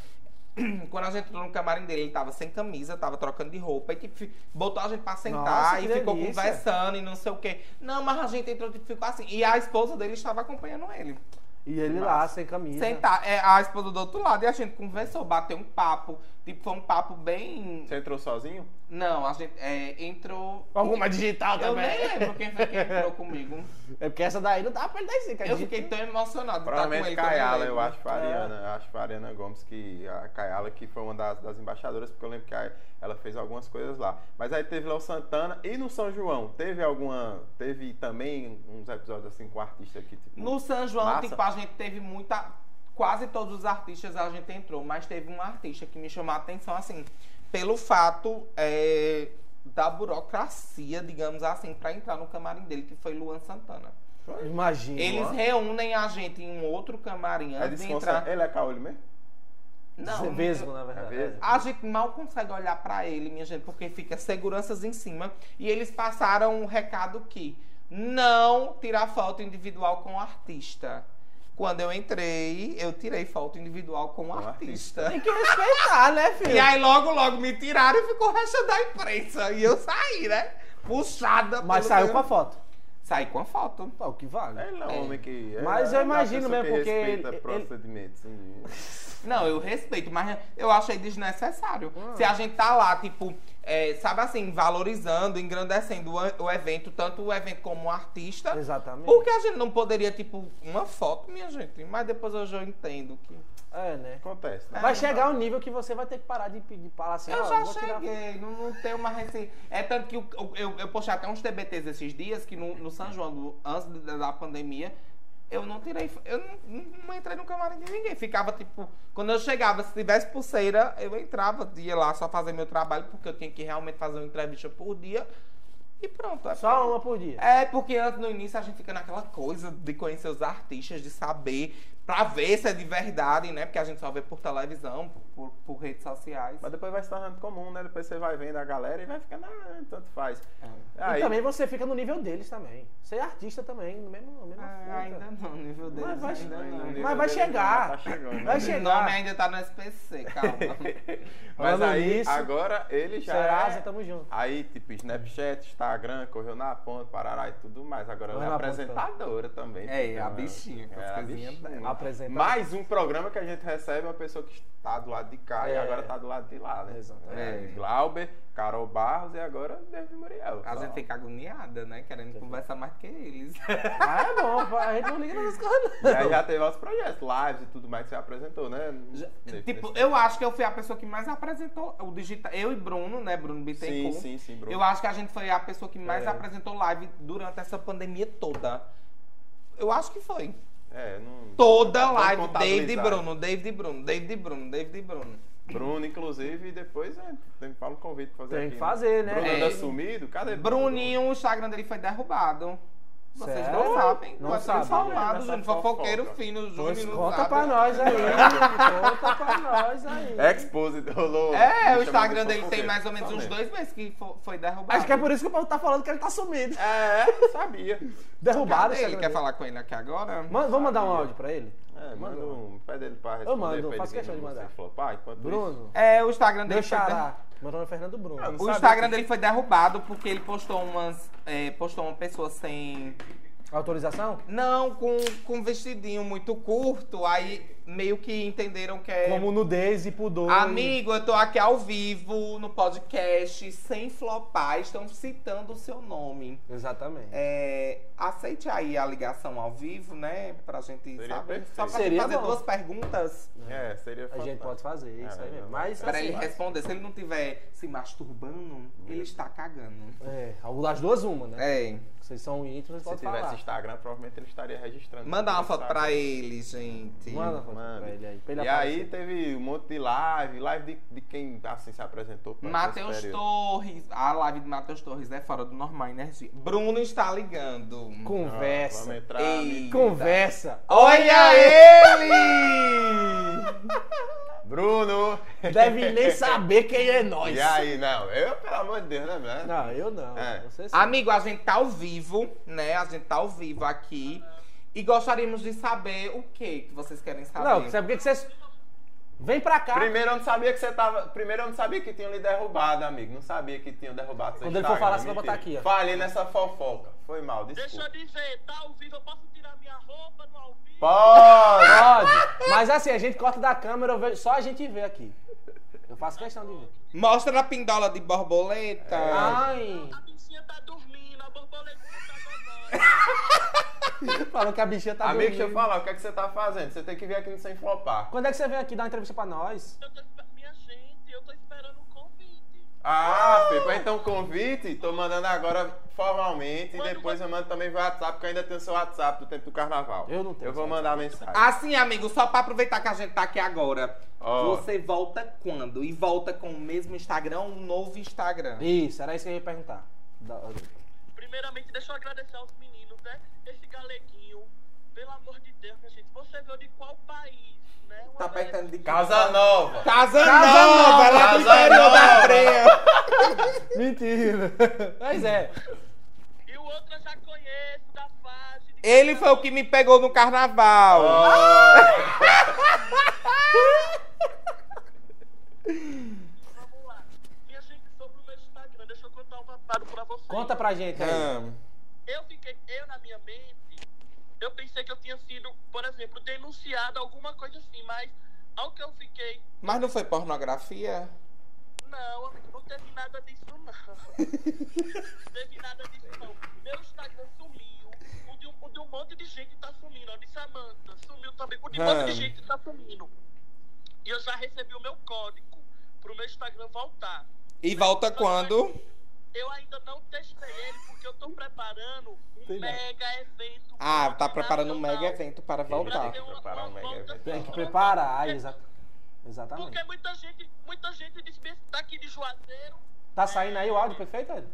Quando a gente entrou no camarim dele, ele tava sem camisa, tava trocando de roupa, e tipo, fi- botou a gente pra sentar Nossa, e que ficou delícia. conversando e não sei o quê. Não, mas a gente entrou e ficou assim. E a esposa dele estava acompanhando ele. E ele lá, sem camisa. Sentar, é, a esposa do outro lado, e a gente conversou, bateu um papo. Tipo, foi um papo bem. Você entrou sozinho? Não, a gente é, entrou. Alguma digital Eu também. nem lembro quem foi que entrou comigo. É porque essa daí não dá pra ele dar cinco. a digital- Eu fiquei tão Tá emocionado de estar com Provavelmente ele. que nem Caiala, né? lembro. eu É. acho, foi a Ariana, eu acho foi a Ariana Gomes, que a Caiala que foi uma das, das embaixadoras, porque eu lembro que a- ela fez algumas coisas lá. Mas aí teve lá o Santana e no São João, teve alguma, teve também uns episódios assim com artista que tipo, No São João, Massa. tipo, a gente teve muita. Quase todos os artistas a gente entrou, mas teve um artista que me chamou a atenção, assim, pelo fato é, da burocracia, digamos assim, pra entrar no camarim dele, que foi Luan Santana. Imagina. Eles ó. reúnem a gente em um outro camarim é antes de desconcentra- entrar. Ele é caolho mesmo? Você é vesgo, na É verdade. vesgo. A gente mal consegue olhar pra ele, minha gente, porque fica seguranças em cima. E eles passaram um recado que não tirar foto individual com o artista. Quando eu entrei, eu tirei foto individual com o artista. Tem que respeitar, né, filho? E aí logo, logo me tiraram e ficou o resto da imprensa. E eu saí, né? Puxada. Mas pelo saiu meu- com a foto. Saí com a foto. Pô, o que vale. Ele é um É. homem que. é- Mas eu é uma imagino pessoa que mesmo, porque Respeita ele- procedimentos. sim. Não, eu respeito, mas eu achei desnecessário. Se a gente tá lá, tipo, é, sabe assim, valorizando, engrandecendo o, o evento, tanto o evento como o artista, Exatamente. por que a gente não poderia, tipo, uma foto, minha gente? Mas depois hoje eu entendo que. É, né? Acontece, né? Vai chegar um nível que você vai ter que parar de pedir falar assim, Eu ó, já vou tirar um- cheguei, não, não tenho mais esse. É tanto que o- o- eu, eu, postei até uns TBTs esses dias, que no, no São João, do- antes da- da pandemia, eu não tirei. fo- Eu não, não entrei no camarim de ninguém. Ficava tipo. Quando eu chegava, se tivesse pulseira, eu entrava, ia lá só fazer meu trabalho, porque eu tinha que realmente fazer uma entrevista por dia. E pronto. é só uma por dia. é, porque antes, no início a gente fica naquela coisa de conhecer os artistas, de saber, pra ver se é de verdade, né? Porque a gente só vê por televisão, por, por redes sociais. Mas depois vai se tornando comum, né? Depois você vai vendo a galera e vai ficando, ah, tanto faz. É. E É, Aí, também você fica no nível deles também. Você é artista também, no mesmo, no mesmo Ah, ainda não, nível deles. tá. vai- ainda aí no não. né? nível né? Mas vai dele, chegar. Tá chegando, Vai né? chegar. O nome ainda tá no SPC, calma. Mas Falando aí, nisso, agora ele já Serasa, é... tá tamo junto. Aí, tipo, Snapchat, Instagram, correu na ponta, parará e tudo mais. Agora ela é Correu na ponta. apresentadora também. É, tipo, a né? bichinha, com as É, a coisinhas né? bichinha. dela. Apresentadora. Mais um programa que a gente recebe uma pessoa que está do lado de cá e É. agora está do lado de lá, né? Exatamente. É, É. Glauber, Carol Barros e agora David Muriel. A Só. gente fica agoniada, né? Querendo conversar mais que eles. Ah, é bom, pá, a gente não liga nessas coisas, E aí já teve outros projetos, lives e tudo mais que você apresentou, né? Nesse- tipo, nesse- eu acho que eu fui a pessoa que mais apresentou o digital. Eu e Bruno, né? Bruno Sim, Bittencourt. sim, sim, Bruno. Eu acho que a gente foi a pessoa que mais É. apresentou live durante essa pandemia toda. Eu acho que foi. É, não... Toda Vamos live. contabilizar. David e Bruno, David e Bruno, David e Bruno, David e Bruno. Bruno, inclusive, e depois é, tem que falar um convite pra fazer Tem aqui, que fazer, né? Bruno É. anda sumido, cadê Bruno? Bruninho, o Instagram dele foi derrubado. Vocês Sério? não sabem. Não Vocês sabem. informados, Essa Júnior. Fofoqueiro fofoca. fino, Júnior. Pois não conta sabe. pra nós aí, conta pra nós aí. É Exposed, rolou. É, Me o Instagram chamando de dele tem mais ou menos uns fofoqueiro. dois meses que fo- foi derrubado. Acho que é por isso que o povo tá falando que ele tá sumido. É, sabia. Derrubaram Cadê ele? Instagram Quer dele. falar com ele aqui agora? Mano, vamos mandar um áudio pra ele? É, manda um. Pede ele pra responder. Eu mando, pra ele faço vir questão de no mandar. Sem Flopar, enquanto isso- Bruno, É, o Instagram dele meu foi der- xará. Meu nome é Fernando Bruno. Ah, não O sabia Instagram que- dele foi derrubado porque ele postou umas. é, postou uma pessoa sem. Autorização? Não, com, com um vestidinho muito curto. Aí meio que entenderam que é. Como nudez e pudor. Amigo, eu tô aqui ao vivo no podcast, sem flopar, estão citando o seu nome. e- Exatamente. É, aceite aí a ligação ao vivo, né? Pra gente Seria saber. perfeito. Só pra Seria fazer bom. duas perguntas É, seria A gente fantástico. pode fazer isso É, aí mesmo. não, Mas pra ele assim, responder. Se ele não tiver se masturbando, ele está cagando. é, algo das duas uma, né? É. Vocês são íntimos, vocês Se podem tivesse falar. Instagram, provavelmente ele estaria registrando. Manda uma no foto Instagram. pra ele, gente. Manda uma foto pra Manda. ele aí. Pra ele E aparecer. aí teve um monte de live, live de, de quem assim se apresentou. pra Matheus esse período. Torres. A live de Matheus Torres é fora do normal, energia. Bruno está ligando. Ó, Conversa. Ah, Vamos entrar. Ei. amigo. Conversa. Olha ele! Bruno! Devem nem saber quem é nós. E aí, não, eu, pelo amor de Deus, né, mano? Não, eu não. É. Você sabe. Amigo, a gente tá ao vivo, né? A gente tá ao vivo aqui. E gostaríamos de saber o que que vocês querem saber. Não, sabe por que que vocês. Vem pra cá. Primeiro eu não sabia que você tava. Primeiro eu não sabia que tinham lhe derrubado, amigo. Não sabia que tinham derrubado seu Quando ele for Instagram, falar, você vai mentira. botar aqui, ó. Falei nessa fofoca. Foi mal, Deixa eu desculpa. dizer, tá ao vivo, eu posso tirar minha roupa no ao vivo? Pode! Pode. Mas assim, a gente corta da câmera, eu vejo- só a gente vê aqui. Eu faço questão de ver. Mostra a pindola de borboleta. Ai. A bichinha tá dormindo, a borboletinha tá gozando. Falou que a bichinha tá Amigo, deixa eu dormindo. falar, o que é que você tá fazendo? Você tem que vir aqui no Sem Flopar. Quando é que você vem aqui dar uma entrevista pra nós? Eu tô esper- Minha gente, eu tô esperando o convite. Ah, Pepe, então convite, tô mandando agora formalmente e Manda depois o eu mando também via WhatsApp, porque eu ainda tenho seu WhatsApp do tempo do carnaval. Eu não tenho Eu vou seu Ah, mandar mensagem. Assim, amigo, só pra aproveitar que a gente tá aqui agora. Ó. Você volta quando? E volta com o mesmo Instagram ou um novo Instagram? Isso, era isso que eu ia perguntar. Da- Primeiramente, deixa eu agradecer aos meninos, né? Esse galeguinho, pelo amor de Deus, minha gente, você veio de qual país, né? Um Tá americano. perguntando de Casa Nova. tá. Casa, Casa Nova, Nova, lá do Casa interior da Nova. Freia. Mentira. Mas é. E o outro eu já conheço, da fase. de- Ele foi o que me pegou no carnaval. Vamos lá. Minha gente, sobre o meu Instagram, deixa eu contar um babado pra vocês. Conta pra gente aí. Ah. eu fiquei, eu na minha mente, eu pensei que eu tinha sido, por exemplo, denunciado, alguma coisa assim, mas ao que eu fiquei, Mas não foi pornografia? não, amigo, não teve nada disso, não. não teve nada disso, não. Meu Instagram sumiu, o de, um- o de um monte de gente tá sumindo, ó, de Samanta sumiu também, o de um monte de Ah. gente tá sumindo. E eu já recebi o meu código pro meu Instagram voltar. E volta quando? Eu ainda não testei ele porque eu tô preparando um Sei lá. mega evento. Ah, tá preparando um mega nacional. evento para Pra voltar. ter uma- Preparar um uma mega volta evento. Então tá. Tem que só. preparar, é Porque- exa- exatamente. Porque muita gente, muita gente diz que tá aqui de Juazeiro, Tá saindo aí o áudio perfeito, Ed?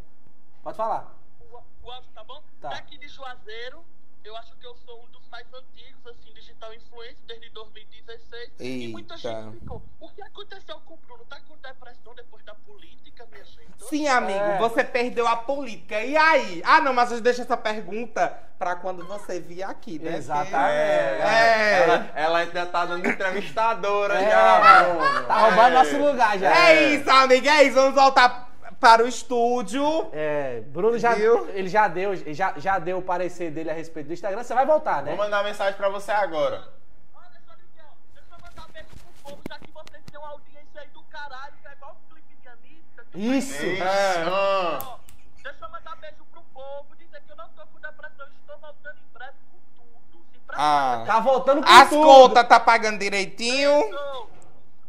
Pode falar. o, o áudio tá bom? Tá. aqui de Juazeiro, eu acho que eu sou um dos mais antigos, assim, digital influencer, desde 2016. E muita Eita. gente ficou. O que aconteceu com o Bruno? Tá com depressão depois da política, minha gente? Sim, amigo, É. você perdeu a política. E aí? Ah, não, mas a gente deixa essa pergunta pra quando você vier aqui, né? Exatamente. É. Tá Ela, ela ainda tá dando entrevistadora É. já, Bruno. Tá roubando É. nosso lugar Porque- já. É isso, amigo, é isso. Vamos voltar para o estúdio. É, Bruno já Viu? ele já deu, já, já deu o parecer dele a respeito do Instagram. Você vai voltar, né? Vou mandar uma mensagem pra você agora. Olha, só Miguel, deixa eu mandar beijo pro povo, já que vocês têm uma audiência aí do caralho, que é igual o clipe de Anitta. que Isso. É. Isso. Ó, Deixa eu mandar beijo pro povo, dizer que eu não tô com depressão, estou voltando em breve com tudo. Se Ah. Tá voltando com As tudo. contas tá pagando direitinho? preparou.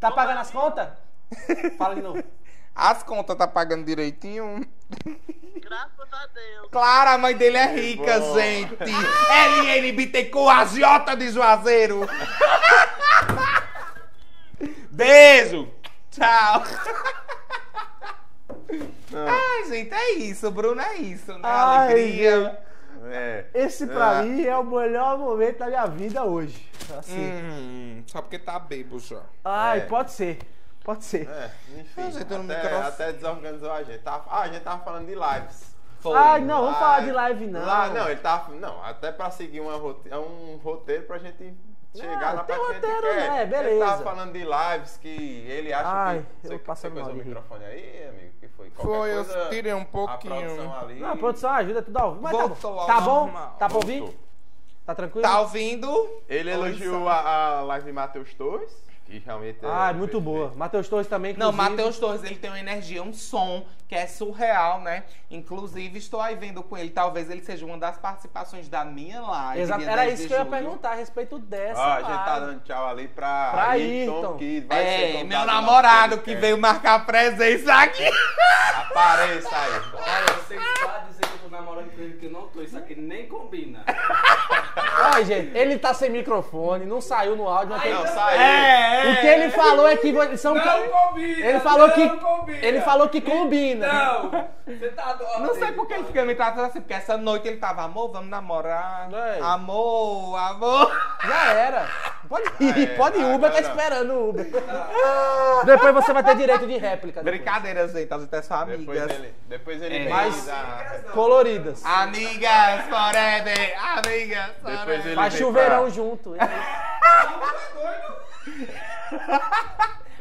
Tá pagando as contas? Fala de novo. As contas tá pagando direitinho? Graças a Deus. Claro, a mãe dele é rica, bom. gente. LN Bittencourt, agiota de Juazeiro. Beijo. Tchau. Ai, gente, é isso. Bruno é isso, né? Ai, Alegria. É. Esse pra mim é o melhor momento da minha vida hoje. Assim. Hum, só porque tá bebo já. Ai, É. pode ser. Pode ser. É, enfim. Não, gente, eu não me até, trouxe. até desorganizou a gente. Tava- ah, a gente tava falando de lives. Foi. Ai, não, vamos Live. falar de live não. Lá, não, ele tava. Não, até pra seguir uma rote- um é roteiro pra gente Chegar Ah, na tem parte que a gente roteiro, quer. né? Ele Beleza. tava falando de lives que ele acha Ai, que... eu Você, você passando coisou mal o de rir. microfone aí, amigo? que foi? Qualquer Foi, coisa, eu tirei um A pouquinho. produção ali... Não, a produção ajuda, tudo ao vivo. Mas tá Voltou bom. ao Tá bom? normal. Tá pra ouvir? Voltou. Tá tranquilo? Tá ouvindo? Ele elogiou a, a live de Matheus Torres, que realmente é... Ah, é muito perfeito. boa. Matheus Torres também, Não, inclusive. Matheus Torres, ele tem uma energia, um som que é surreal, né? Inclusive, estou aí vendo com ele. Talvez ele seja uma das participações da minha live. Exato, dia Era 10 isso de que eu ia julho. perguntar a respeito dessa. Ó, a gente tá live. dando tchau ali pra, Pra Ayrton, Ayrton. que vai ser É, convidado meu no nosso namorado que podcast. veio marcar presença aqui. Apareça, Ayrton. Olha, vocês podem dizer que eu tô namorando com ele que eu não tô. Isso aqui nem combina. Ó, gente, ele tá sem microfone, não saiu no áudio. mas tem- Não, sai É, O que ele falou é que eles são... Não combina! ele falou não que Combina. ele falou que combina. Não! Você tá doido. Não sei por que ele fica me tratando assim, porque essa noite ele tava, amor, vamos namorar. é Véi. Amor, amor. Já era. Pode Já ir, era. pode ir. O Uber tá Agora- esperando o Uber. Depois você vai ter direito de réplica. depois. Brincadeira, gente, a gente é só Depois amigas. ele, depois É. ele vem Mas- dar- Coloridas. Ah, Amigas forever, amigas Depois forever. ele- Faz vem chuveirão pra- junto. É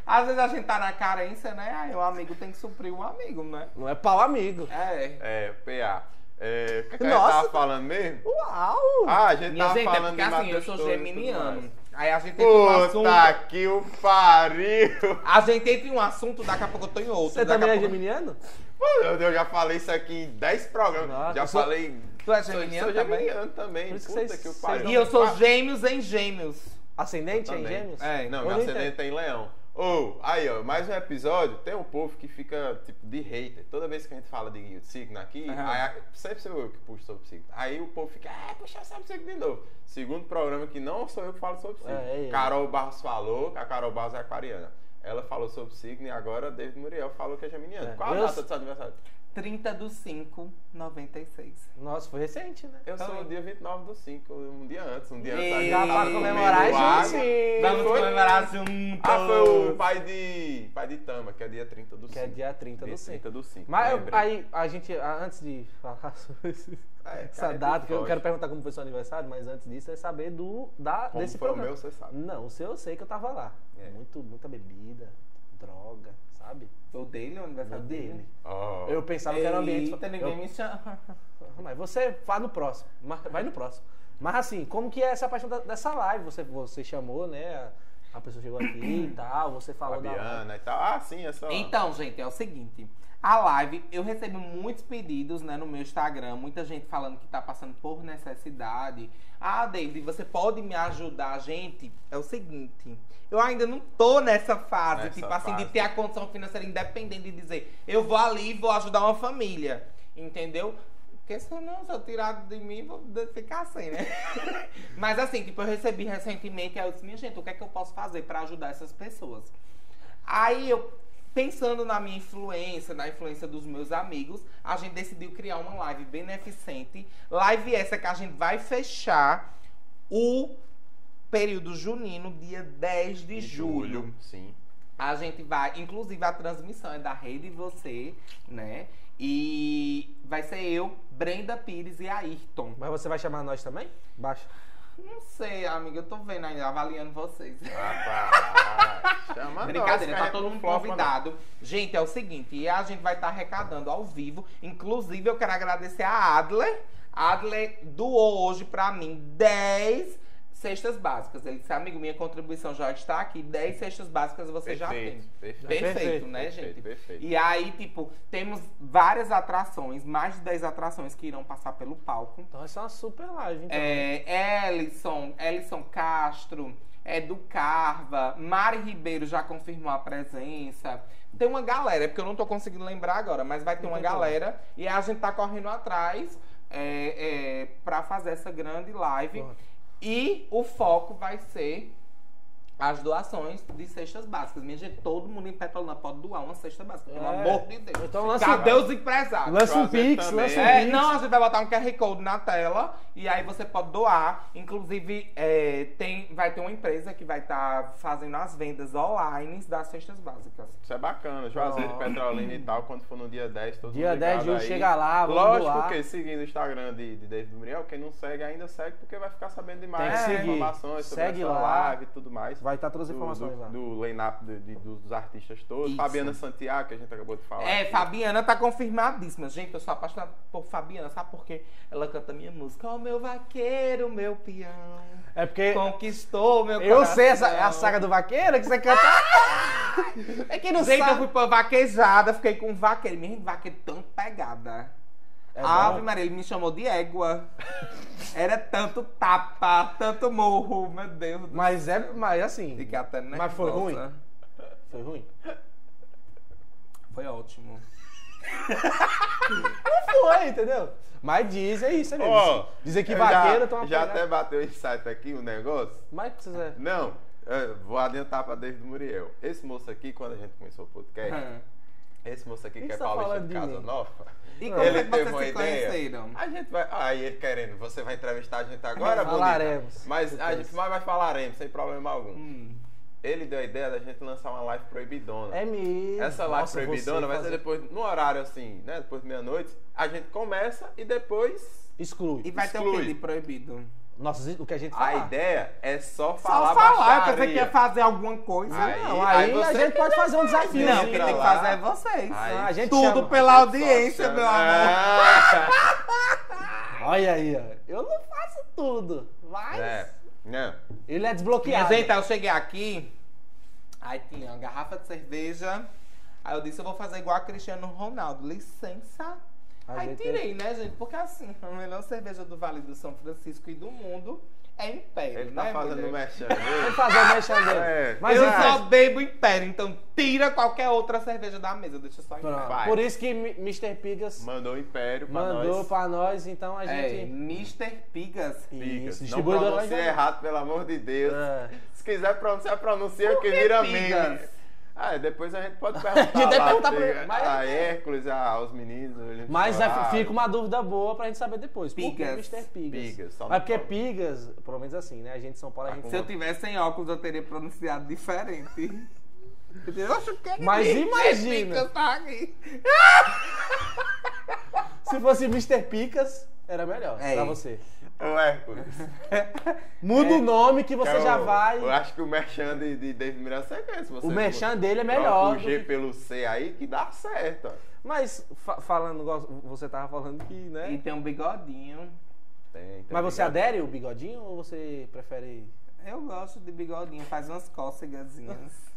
Às vezes a gente tá na carência, né? Aí o amigo tem que suprir o amigo, né? isso. Não é pau amigo. É. É, PA. É, o que, que a gente Nossa. tava falando mesmo? Uau! Ah, a gente Minha tava gente, é falando porque de assim, eu Matheus sou Torres e tudo geminiano. mais. Aí a gente entra em um assunto. Puta que o pariu! A gente entra em um assunto, daqui a pouco eu tô em outro. Você daqui a também é pouco- geminiano? Eu, eu já falei isso aqui em 10 programas. Nossa, já eu sou- falei. Tu é Sou, geminiano sou também? geminiano também. Por isso que Puta vocês- que o vocês pariu. não- E eu sou gêmeos em gêmeos. Ascendente em Também. gêmeos? É, Não, Eu meu não entendo. acidente tem leão. Ou, aí, ó, mais um episódio. Tem um povo que fica, tipo, de hater. Toda vez que a gente fala de signo aqui, Aham. aí, sempre sou eu que puxo sobre signo. Aí o povo fica, ah, puxa sobre signo de novo. Segundo programa que não sou eu que falo sobre signo. É, é, é. Carol Barros falou, que a Carol Barros é aquariana. Ela falou sobre signo e agora David Muriel falou que é geminiano. É. Qual a Eu data s- do seu aniversário? 30 do 5, 96. Nossa, foi recente, né? Eu sou Também. o dia 29 do 5, um dia antes, um dia Ei, antes. Dá pra comemorar Meio junto. água. sim. Vamos foi? comemorar juntos. Ah, foi o pai de. Pai de Tama, que é dia 30 do 5. Então, Que é dia 30 do 5. do 5. Mas eu- lembrei. aí, a gente, a- antes de falar sobre esse- É, essa cara, data, que eu foge. quero perguntar como foi seu aniversário, mas antes disso é saber do, da, Como desse foi o programa. meu, você sabe. Não, o seu eu sei que eu tava lá. É. Muito, muita bebida, droga, sabe? O dele, o O aniversário dele. Ó. Eu pensava que era um ambiente. né? Eita, ninguém eu- me chama. Mas você vai no próximo. mas- Vai no próximo. Mas assim, como que é essa paixão da- dessa live? Você, você chamou, né? a- A pessoa chegou aqui e tal, você falou da live. Fabiana e tal. Ah, sim, essa. Então, gente, é o seguinte. A live, eu recebo muitos pedidos né, no meu Instagram, muita gente falando que tá passando por necessidade. Ah, David, você pode me ajudar, gente? É o seguinte, eu ainda não tô nessa fase, Nessa tipo assim, de fase. ter a condição financeira independente de dizer, eu vou ali e vou ajudar uma família. Entendeu? Porque senão, se eu tirar de mim, vou de- ficar sem, né? Mas assim, tipo, eu recebi recentemente, aí eu disse, minha gente, o que é que eu posso fazer pra ajudar essas pessoas? Aí eu, pensando na minha influência, na influência dos meus amigos, a gente decidiu criar uma live beneficente. Live essa que a gente vai fechar o período junino, dia 10 de, Em julho. Sim. A gente vai, inclusive a transmissão é da Rede Você, né? E vai ser eu, Brenda Pires e Ayrton. Mas você vai chamar nós também? Baixa. Não sei, amiga, eu tô vendo ainda, avaliando vocês. Rapaz. Chama Brincadeira, nós, que tá a todo gente mundo é flopa, convidado. Gente, é o seguinte, e a gente vai estar arrecadando ao vivo. Inclusive, eu quero agradecer a Adler. Adler doou hoje pra mim 10 cestas básicas. Ele disse, amigo, minha contribuição já está aqui. 10 cestas básicas você já tem. Perfeito, perfeito. Perfeito, Perfeito, né, perfeito, gente? perfeito. E aí, tipo, temos várias atrações, mais de 10 atrações que irão passar pelo palco. Então essa é uma super live, então. É, Ellison, Ellison Castro, é do Carva, Mari Ribeiro já confirmou a presença. Tem uma galera, é porque eu não tô conseguindo lembrar agora, mas vai ter Não uma tem galera e a gente tá correndo atrás é, é, para fazer essa grande live. Pronto. E o foco vai ser as doações de cestas básicas. Minha gente, todo mundo em Petrolina pode doar uma cesta básica, pelo É. amor de Deus. Então lança, Cadê os empresários? lança um Fazer pix, também. lança um É, pix. não, a gente vai botar um QR Code na tela E aí você pode doar. Inclusive, é, tem, vai ter uma empresa que vai estar fazendo as vendas online das cestas básicas. Isso é bacana, Juazeiro de Ó. Petrolina e tal, quando for no dia 10, todo Dia mundo 10 de ligado julho, aí. chega lá, vamos Lógico doar. que seguindo o Instagram de, de David Muriel, quem não segue ainda segue, porque vai ficar sabendo de mais Tem que seguir. informações sobre Segue essa lá. live e tudo mais. Vai estar todas as do, informações do, lá. do line-up de- de- dos artistas todos. Isso. Fabiana Santiago, que a gente acabou de falar. É, aqui. Fabiana tá confirmadíssima. Gente, eu sou apaixonada por Fabiana, sabe por quê? Ela canta minha música. Ó, meu vaqueiro, meu peão. É porque Conquistou meu eu coração. sei essa, é a saga do vaqueiro que você canta. É que não sei que eu fui pra vaquejada, fiquei com um vaqueiro. Minha gente, vaqueiro tão pegada. É Ave bom. Maria, ele me chamou de égua. Era tanto tapa, tanto morro, meu Deus. do Mas é, mas assim. Fiquei até né, nervosa. Mas foi ruim? Foi ruim? Foi ótimo. Foi, entendeu? Mas diz, é isso, é mesmo. Ó, Dizem que eu vaqueiro então, já, toma já pegada. até bateu o insight aqui, o negócio. Mas o que vocês é? Não, é, vou adiantar pra David Muriel. Esse moço aqui, quando a gente começou o podcast, Hum. esse moço aqui Por que que é você tá Paulista falando de de Casa mim? Nova. E como Ele é que teve vocês uma se ideia. conheceram? A gente vai. Aí ele querendo, você vai entrevistar a gente agora, bonita? Falaremos. Mas a gente mais vai falaremos, sem problema algum. Hum. Ele deu a ideia da gente lançar uma live proibidona. É mesmo. Essa live Nossa, proibidona você vai ser fazer- depois, no horário assim, né? Depois de meia-noite, a gente começa e depois. Exclui. E vai ter o Exclui. Felipe proibido. Nossa, o que a gente A falar. ideia é só falar Só falar, eu baixaria. pensei que ia fazer alguma coisa. Ai, Não, aí aí, você a gente pode fazer um desafio. Ah, não, sim, quem tem que lá. fazer é vocês. Ai, a gente Tudo chama. pela audiência, meu amor. Ah! Olha aí, ó. Eu não faço tudo, mas É, né? ele é Minha desbloqueado. gente, aí eu cheguei aqui, aí tinha uma garrafa de cerveja. Aí eu disse, eu vou fazer igual a Cristiano Ronaldo, licença. A aí gente tirei, né, gente? Porque assim, a melhor cerveja do Vale do São Francisco e do mundo é Império, Ele tá né, fazendo mulher? merchan. Vamos viu? fazer o merchan dele. É. Mas eu enfim. só bebo Império, então tira qualquer outra cerveja da mesa, deixa só Império. Pronto. Vai. Por isso que Mi- Mr. Pigas Mandou o império pra mandou nós. pra nós, então a É, gente. Mr. Pigas. Pigas. Isso, Não distribuidor lá em pronuncia errado, pelo amor de Deus. É. Se quiser pronunciar, pronuncia, que vira Pigas? meme. Ah, depois a gente pode perguntar. A gente deve lá, perguntar tem- pra- mas- A Hércules, a- aos meninos. eles Mas falaram. vai- fica uma dúvida boa pra gente saber depois. Pigas. Por que Mr. Pigas? Pigas, só Mas é não porque fala. Pigas, pelo menos assim, né? A gente de São Paulo, a Tá gente. Se eu tivesse sem óculos, eu teria pronunciado diferente. Eu acho que é Mas Mr. imagina. Pigas tá aqui. Se fosse Mr. Picas, era melhor É. pra você. O Hércules. Muda o nome que você Que é já o- vai. Eu acho que o merchan de, de David Miranda é você conhece. Você O merchan dele é troca melhor O do G que- pelo C aí que dá certo. ó. Mas fa- falando, igual você tava falando que, né? Então, E tem um bigodinho. Tem, tem Mas você ligado? adere o bigodinho ou você prefere. Eu gosto de bigodinho, faz umas cócegazinhas.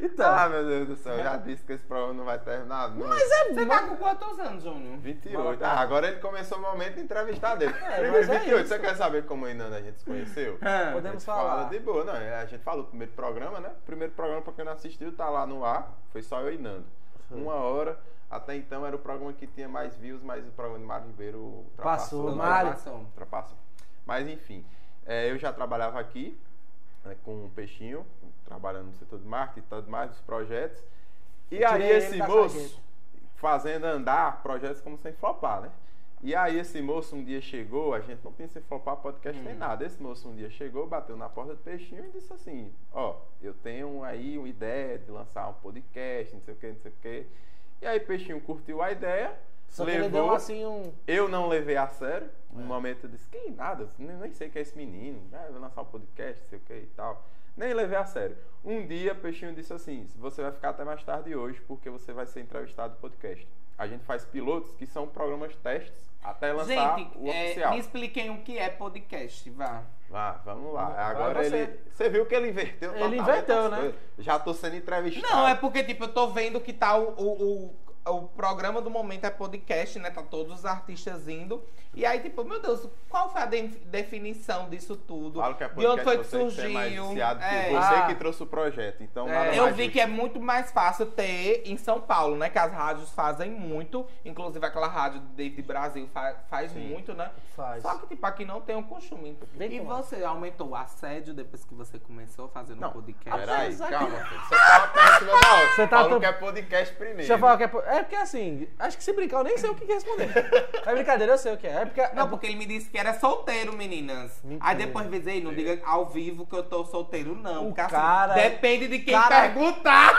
Então. Ah, meu Deus do céu, eu já disse que esse programa não vai terminar nunca. Mas é Você tá com quantos anos, Júnior? 28. Ah, agora ele começou o momento de entrevistar dele. Primeiro, mas é 28, isso. você quer saber como ainda a gente se conheceu? Ah, A gente Podemos fala falar. de boa, não. é, A gente falou o primeiro programa, né? O primeiro programa, pra quem não assistiu, tá lá no ar. Foi só eu e Nando. Uma hora. Até então era o programa que tinha mais views, mas o programa de Mário Ribeiro ultrapassou. Passou, né? Mário. Ultrapassou. Ultrapassou. Mas enfim, é, eu já trabalhava aqui né, com o Peixinho, trabalhando no setor de marketing e tudo mais, dos projetos. E Eu aí tirei ele esse da moço sarjeta. fazendo andar projetos como sem flopar, né? E aí esse moço um dia chegou, a gente não tem sem flopar podcast Hum. nem nada. Esse moço um dia chegou, bateu na porta do peixinho e disse assim, ó, eu tenho aí uma ideia de lançar um podcast, não sei o que, não sei o que. E aí peixinho curtiu a ideia, Só que ele deu levou. assim um. Eu não levei a sério. É. No momento eu disse, que nada, nem nem sei que é esse menino, né? vai lançar um podcast, sei o que e tal. Nem levei a sério. Um dia, Peixinho disse assim: você vai ficar até mais tarde hoje, porque você vai ser entrevistado no podcast. A gente faz pilotos que são programas testes até lançar Gente, o é, oficial. me expliquem o que é podcast, vá. Vá, vamos lá. Vai Agora você. ele. Você viu que ele inverteu Ele totalmente inverteu, as né? coisas. Já tô sendo entrevistado. Não, é porque, tipo, eu tô vendo que tá o, o, o, o programa do momento é podcast, né? Tá todos os artistas indo. E aí, tipo, meu Deus, qual foi a de- definição disso tudo? Falo que é de onde foi que podcast, você é mais surgiu? viciado que É. Você Ah. que trouxe o projeto. Então, É, nada Eu mais vi justo. que é muito mais fácil ter em São Paulo, né? Que as rádios fazem muito. Inclusive aquela rádio do David Brasil fa- faz Sim. muito, né? Faz. Só que, tipo, aqui não tem o Então, costume. Vem e com ela. você aumentou o assédio depois que você começou a fazer no Não, podcast? Peraí, Apesar que- calma. filho. Você tá uma perna em cima da outra. Você tá Falou tão- que é podcast primeiro. Deixa eu falar que é. po- É porque assim, acho que se brincar eu nem sei o que que responder. É brincadeira, eu sei o que é. É porque. Não, porque ele me disse que era solteiro, meninas. Mentira. Aí depois diz aí, não diga ao vivo que eu tô solteiro, não. O porque assim, cara- é depende de quem cara- perguntar.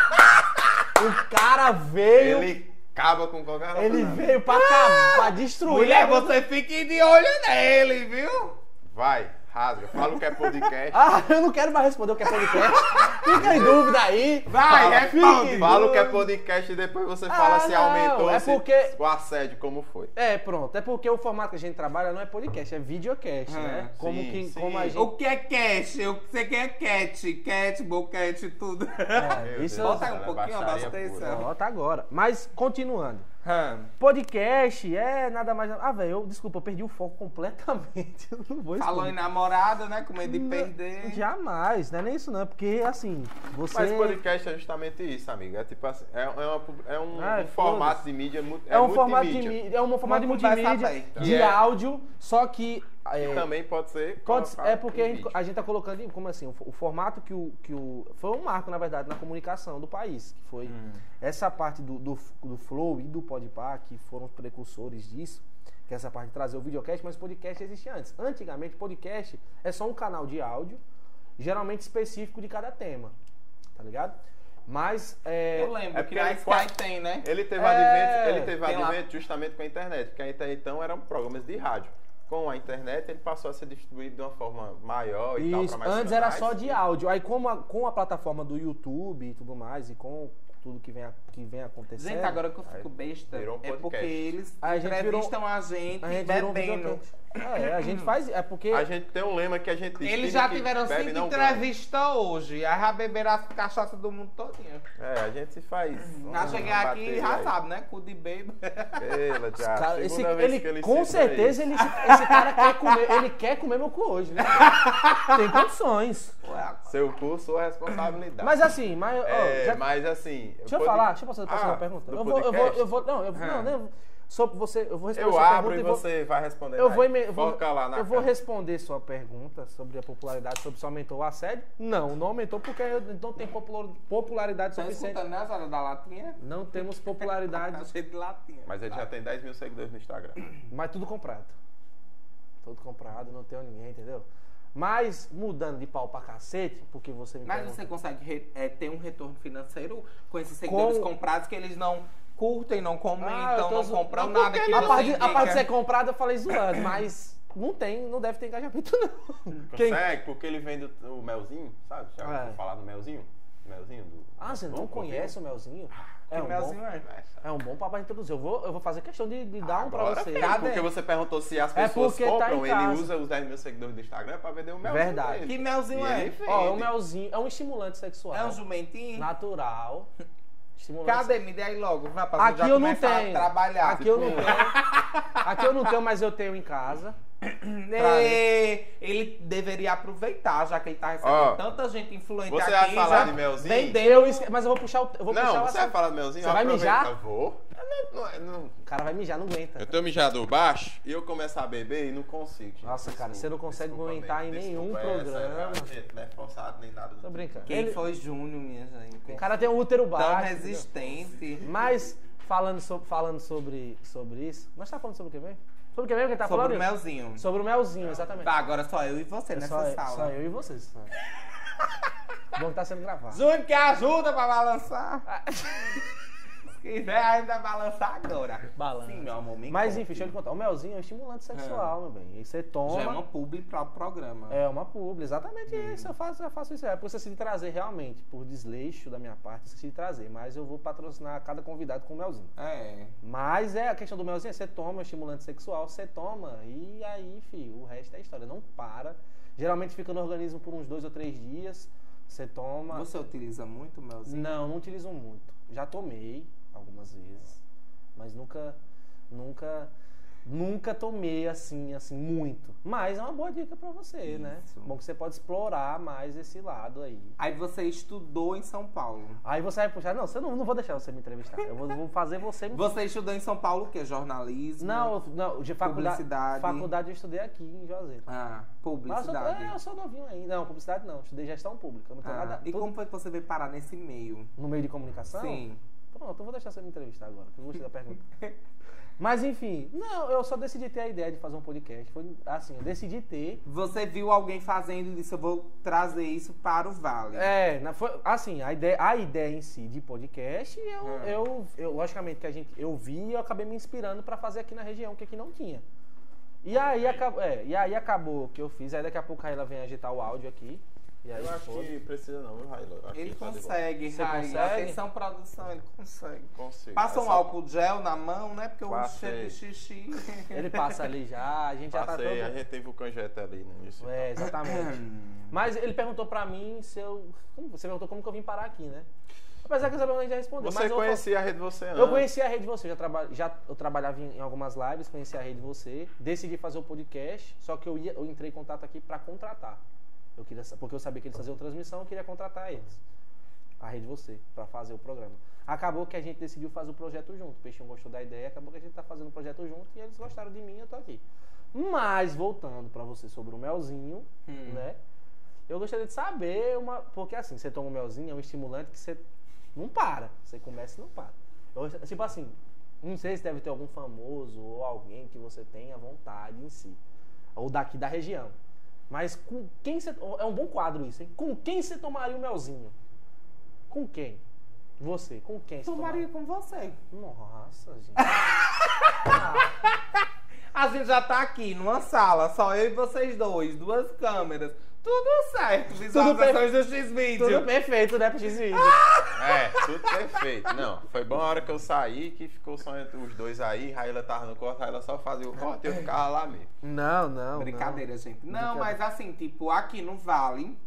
O cara veio. Ele, Ele acaba com qualquer veio pra acabar, pra destruir. Mulher, você fique de olho nele, viu? Vai, rasga. Fala o que é podcast. Ah, eu não quero mais responder o que é podcast. Fica em dúvida aí. Vai, Fala, responde. fique Fala o que é doido. podcast e depois você fala Ah, se não, aumentou é se- porque- o assédio, como foi. É, pronto. É porque o formato que a gente trabalha não é podcast, é videocast, Ah, né? Como, sim, que, sim. como a gente. O que é cash? O que você quer é cat? Cat, boquete, tudo. É, Meu isso Deus, Bota aí um cara, pouquinho, baixaria abaixa pura. atenção. Bota agora. Mas, continuando. Hum. Podcast é nada mais. Ah, velho, eu, desculpa, eu perdi o foco completamente. Eu não vou Falou em responder. namorada, né? Com medo de Hum. perder. Jamais, não é nem isso não, é porque assim, você. Mas podcast é justamente isso, amigo. É tipo assim, é, é uma pub- é um, Ah, um formato de mídia mu- É um formato de multimídia. mídia, é um formato de Vamos conversar multimídia, bem. de É. áudio, só que. E é, também pode ser. Pode- colocado é porque em a gente, vídeo. a gente tá colocando, em- como assim, o, fo- o formato que o, que o. Foi um marco, na verdade, na comunicação do país, que foi Hum. essa parte do, do, do Flow e do Podpah, que foram os precursores disso, que é essa parte de trazer o videocast, mas o podcast existia antes. Antigamente, podcast é só um canal de áudio, geralmente específico de cada tema, tá ligado? Mas. é, Eu lembro É que porque na ele Sky quase- tem, né? Ele teve É, advento, ele teve tem lá. advento justamente com a internet, porque até então eram programas de rádio. Com a internet ele passou a ser distribuído de uma forma maior e tal Isso, para mais antes era canais. né? só de áudio. Aí como a- com a plataforma do YouTube e tudo mais, e com tudo que vem, a- que vem acontecendo. Gente, agora que eu fico besta, virou um é porque podcast. eles A gente entrevistam a gente, a gente virou um bebendo. videocast. É, a gente faz. É porque. A gente tem um lema que a gente diz, "Time Eles já que tiveram bebe cinco não ganha". entrevistas hoje. Aí já beberam as cachaças do mundo todinho. É, a gente se faz. Já vamos cheguei aqui bater e já aí. sabe, né? Cu de bebo. Pela, já. Cara, esse, Segunda vez ele, que ele com cita certeza isso. ele, esse cara quer comer, ele quer comer meu cu hoje, né? Tem condições. Seu curso ou responsabilidade. Mas assim, mas, ó, É, já- mas assim. deixa eu pod- falar, deixa eu passar, passar Ah, uma pergunta. do Eu vou, eu vou, eu podcast? vou, não, eu vou, não, nem- só você, eu vou responder Eu sua abro pergunta e vou- você vai responder. Eu aí. vou, eme- eu vou- Foca lá na eu vou cara. responder sua pergunta sobre a popularidade, sobre se aumentou o assédio. Não, não aumentou porque eu não tem popular- popularidade Estão suficiente. escutando, né, Zara, da latinha? Não temos Tá popularidade, cheio de latinha. Mas Ah. ele já tem 10 mil seguidores no Instagram. mas tudo comprado. Tudo comprado, não tenho ninguém, entendeu? Mas mudando de pau pra cacete, porque você me Mas pergunta- você consegue re- é, ter um retorno financeiro com esses seguidores Com- comprados que eles não curtem, não comentam, Ah, eu tô então, não zo- compram Não, nada porque que a você parte, de- a indica. parte de ser comprada eu falei zoando, mas não tem, não deve ter engajamento, não. Quem- Consegue, porque ele vende o, o melzinho, sabe? Já É. ouviu falar do melzinho? Melzinho do. Ah, você não do- conhece o Melzinho? É Que um melzinho bom, é? é um bom papai introduzir. Eu vou, eu vou fazer questão de, de dar um pra Agora, você. filho, Porque você perguntou se as É pessoas porque tá em compram, ele casa. usa os 10 mil seguidores do Instagram pra vender o melzinho. Verdade. dele. Que melzinho E é? ele Ó, é um vende. melzinho, é um estimulante sexual. É um jumentinho? Natural. Estimulante Cadê? Me dê aí logo, vai pra Aqui já eu não começar tenho. a trabalhar. tipo. Aqui eu não tenho. Aqui eu não tenho, mas eu tenho em casa. Ê, Ele deveria aproveitar, já que ele tá recebendo Ó, tanta gente influente você vai aqui. falar já de melzinho? Eu esque- mas eu vou puxar o. Eu vou puxar Não, o você vai assunto. falar do melzinho? Você vai aproveita. mijar? É, Vou. Eu Não, não, não. O cara vai mijar, não aguenta. Eu tenho mijado baixo e eu começo a beber e não consigo. gente. Nossa, cara, você não consegue aguentar em nenhum é sério, programa. cara, gente, não é forçado nem nada. do Tô tipo. brincando. Quem Ele- foi Júnior, minha gente? O cara tem um útero Tão baixo. entendeu? resistente. Mas, falando, so- falando sobre, sobre isso. Nós tá falando sobre o que mesmo? Sobre o que mesmo que tá Sobre falando? o melzinho. Sobre o melzinho, exatamente. Tá, agora só eu e você É nessa só, sala. só eu e vocês. só. Bom que tá sendo gravado. Júnior, que ajuda pra balançar. Se quiser ainda balançar agora. Balança. Sim, meu amor, me Mas conte. enfim, deixa eu lhe contar. O melzinho é um estimulante sexual, meu bem. E você toma. Já é uma Uhum. publi pra o programa. É uma publi, exatamente isso. Eu faço, eu faço isso. É porque eu decidi trazer realmente, por desleixo da minha parte, eu decidi trazer. Mas eu vou patrocinar cada convidado com o melzinho. É. Mas é a questão do melzinho, é você toma estimulante sexual, você toma, e aí, filho, o resto é história. Não para. Geralmente fica no organismo por uns dois ou três dias. Você toma. Você utiliza muito, Melzinho? Não, não utilizo muito. Já tomei algumas vezes, mas nunca, nunca, nunca tomei assim, assim muito. Mas é uma boa dica pra você, né? Isso. Bom que você pode explorar mais esse lado aí. Aí você estudou em São Paulo. Aí você vai puxar, não, você não, não vou deixar você me entrevistar. Eu vou, vou fazer você me Você estudou em São Paulo o quê? Jornalismo? Hum. Não, eu- não, de faculdade, Publicidade. faculdade eu estudei aqui em Juazeiro. Mas Ah, eu, publicidade. é, eu sou novinho ainda. Não, publicidade não. eu Estudei gestão pública. eu Não tenho Ah, nada. e tudo como foi que você veio parar nesse meio? No meio de comunicação? Sim. Pronto, eu vou deixar você me entrevistar agora, que eu gostei da pergunta. Mas enfim, não, eu só decidi ter a ideia de fazer um podcast. Foi assim, eu decidi ter. Você viu alguém fazendo e disse, eu vou trazer isso para o Vale. É, na- foi, assim, a ideia, a ideia em si de podcast, eu, Ah. eu, eu- logicamente que a gente, eu vi e eu acabei me inspirando para fazer aqui na região, que aqui não tinha. E aí, acabou, é, e aí acabou que eu fiz, aí daqui a pouco a Raila vem agitar o áudio aqui. E aí Eu acho foi. que precisa não, viu, Raila? Eu acho Ele que tá de boa. consegue, Você Raí. consegue? Atenção, produção, ele consegue. Consigo. Passa um Essa- álcool gel na mão, né? Porque o Passei. cheiro de xixi. Ele passa ali já, a gente já tá Passei, é. a todo... gente teve o canjeta ali no início. É, exatamente. Mas ele perguntou pra mim se eu. como- Você perguntou como que eu vim parar aqui, né? Apesar que essa pergunta a gente já respondeu. Você mas eu vou- conhecia a rede você antes? Eu conheci a rede você, já, traba, já eu trabalhava em, em algumas lives, conheci a rede você, decidi fazer o podcast, só que eu, ia, eu entrei em contato aqui pra contratar. Eu queria, sa- porque eu sabia que eles faziam transmissão, eu queria contratar eles. A rede você, pra fazer o programa. Acabou que a gente decidiu fazer o projeto junto. O Peixinho gostou da ideia, acabou que a gente tá fazendo o projeto junto e eles gostaram de mim e eu tô aqui. Mas, voltando pra você sobre o melzinho, Hum. né? Eu gostaria de saber uma. Porque assim, você toma um melzinho, é um estimulante que você não para. Você começa e não para. Eu- tipo assim, não sei se deve ter algum famoso ou alguém que você tenha vontade em si. Ou daqui da região. Mas com quem você. É um bom quadro isso, hein? Com quem você tomaria um melzinho? Com quem? Você, com quem Então, você Tomaria tomaria? com você. Nossa, gente. A gente já tá aqui numa sala, só eu e vocês dois, duas câmeras. Tudo certo, visualizações do Tudo X-Video. perfeito, né, pro X-Vídeo? É, tudo perfeito. Não, foi bom a hora que eu saí, que ficou só entre os dois aí. Raíla tava no corte, Raíla só fazia o corte e eu ficava lá mesmo. Não, não. Brincadeira, gente. Não, Brincadeira. mas assim, tipo, aqui no Vale.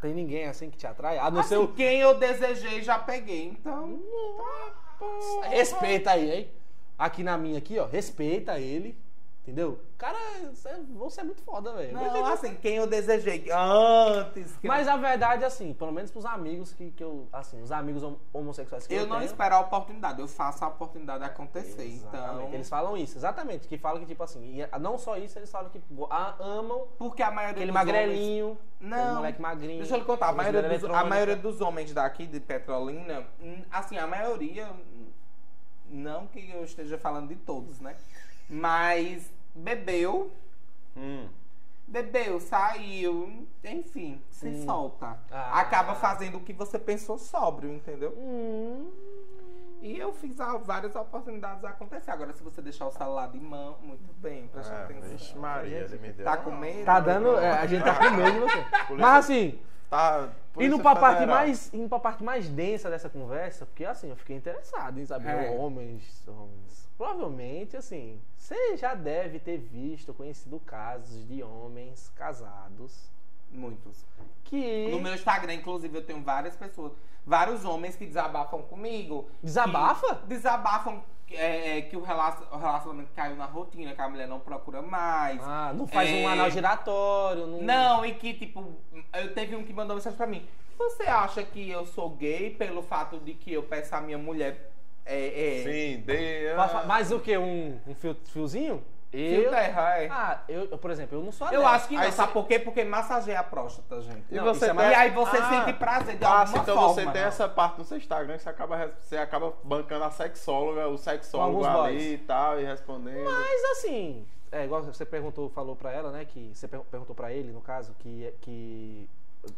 Tem ninguém assim que te atrai? A não assim, ser o. Quem eu desejei já peguei, Hum. então. Respeita aí, hein? Aqui na minha, aqui, ó. Respeita ele. Entendeu? Cara, cê- você é muito foda, velho. Não, assim, quem eu desejei antes. que- Mas a verdade, assim, pelo menos pros amigos que, que eu. Assim, os amigos hom- homossexuais que eu, eu não tenho, espero a oportunidade, eu faço a oportunidade acontecer. Exatamente. Então. Eles falam isso, exatamente. Que falam que, tipo assim, e a- não só isso, eles falam que go- a- amam Porque a maioria aquele dos homens- magrelinho, aquele Não. moleque magrinho. Deixa eu lhe contar, a que usa maioria, dos, a eletrônica. maioria dos homens daqui de Petrolina, hum, assim, a maioria, hum, não que eu esteja falando de todos, né? Mas bebeu, Hum. bebeu, saiu, enfim, se Hum. solta. Ah. Acaba fazendo o que você pensou sóbrio, entendeu? Hum, E eu fiz ah, várias oportunidades acontecer. Agora, se você deixar o celular de mão, muito bem, presta Ah, atenção. vixe Maria, ele me deu. Tá uma- com medo? tá dando. é, a gente tá com medo de você. Mas assim, Tá, Indo Polícia pra, parte Federal. mais, indo pra parte mais densa dessa conversa, porque assim, eu fiquei interessado em saber É. homens, homens. Provavelmente, assim, você já deve ter visto, conhecido casos de homens casados Muitos. que No meu Instagram, inclusive, eu tenho várias pessoas, vários homens que desabafam comigo. desabafa. Que desabafam é, é, que o relac- o relacionamento caiu na rotina, que a mulher não procura mais. Ah, não faz um É. anal giratório, não. Não, e que, tipo, eu teve um que mandou mensagem pra mim. Você acha que eu sou gay pelo fato de que eu peço a minha mulher é, é, Sim, dê. Pra fa- Mas o que? Um, um fio- fiozinho? fio da raia? Ah, eu, eu, por exemplo, eu não sou É. Eu adepto. acho que não, Ah, Aí sabe cê- por quê? Porque massageia a próstata, gente. E Não, você isso é tem- E aí você Ah, sente prazer de Ah, alguma então forma. né? você tem essa parte no seu Instagram que você acaba, res- você acaba bancando a sexóloga, o sexólogo alguns ali boys. e tal, e respondendo. Mas assim, é igual você perguntou, falou pra ela, né? Que você per- perguntou pra ele, no caso, que que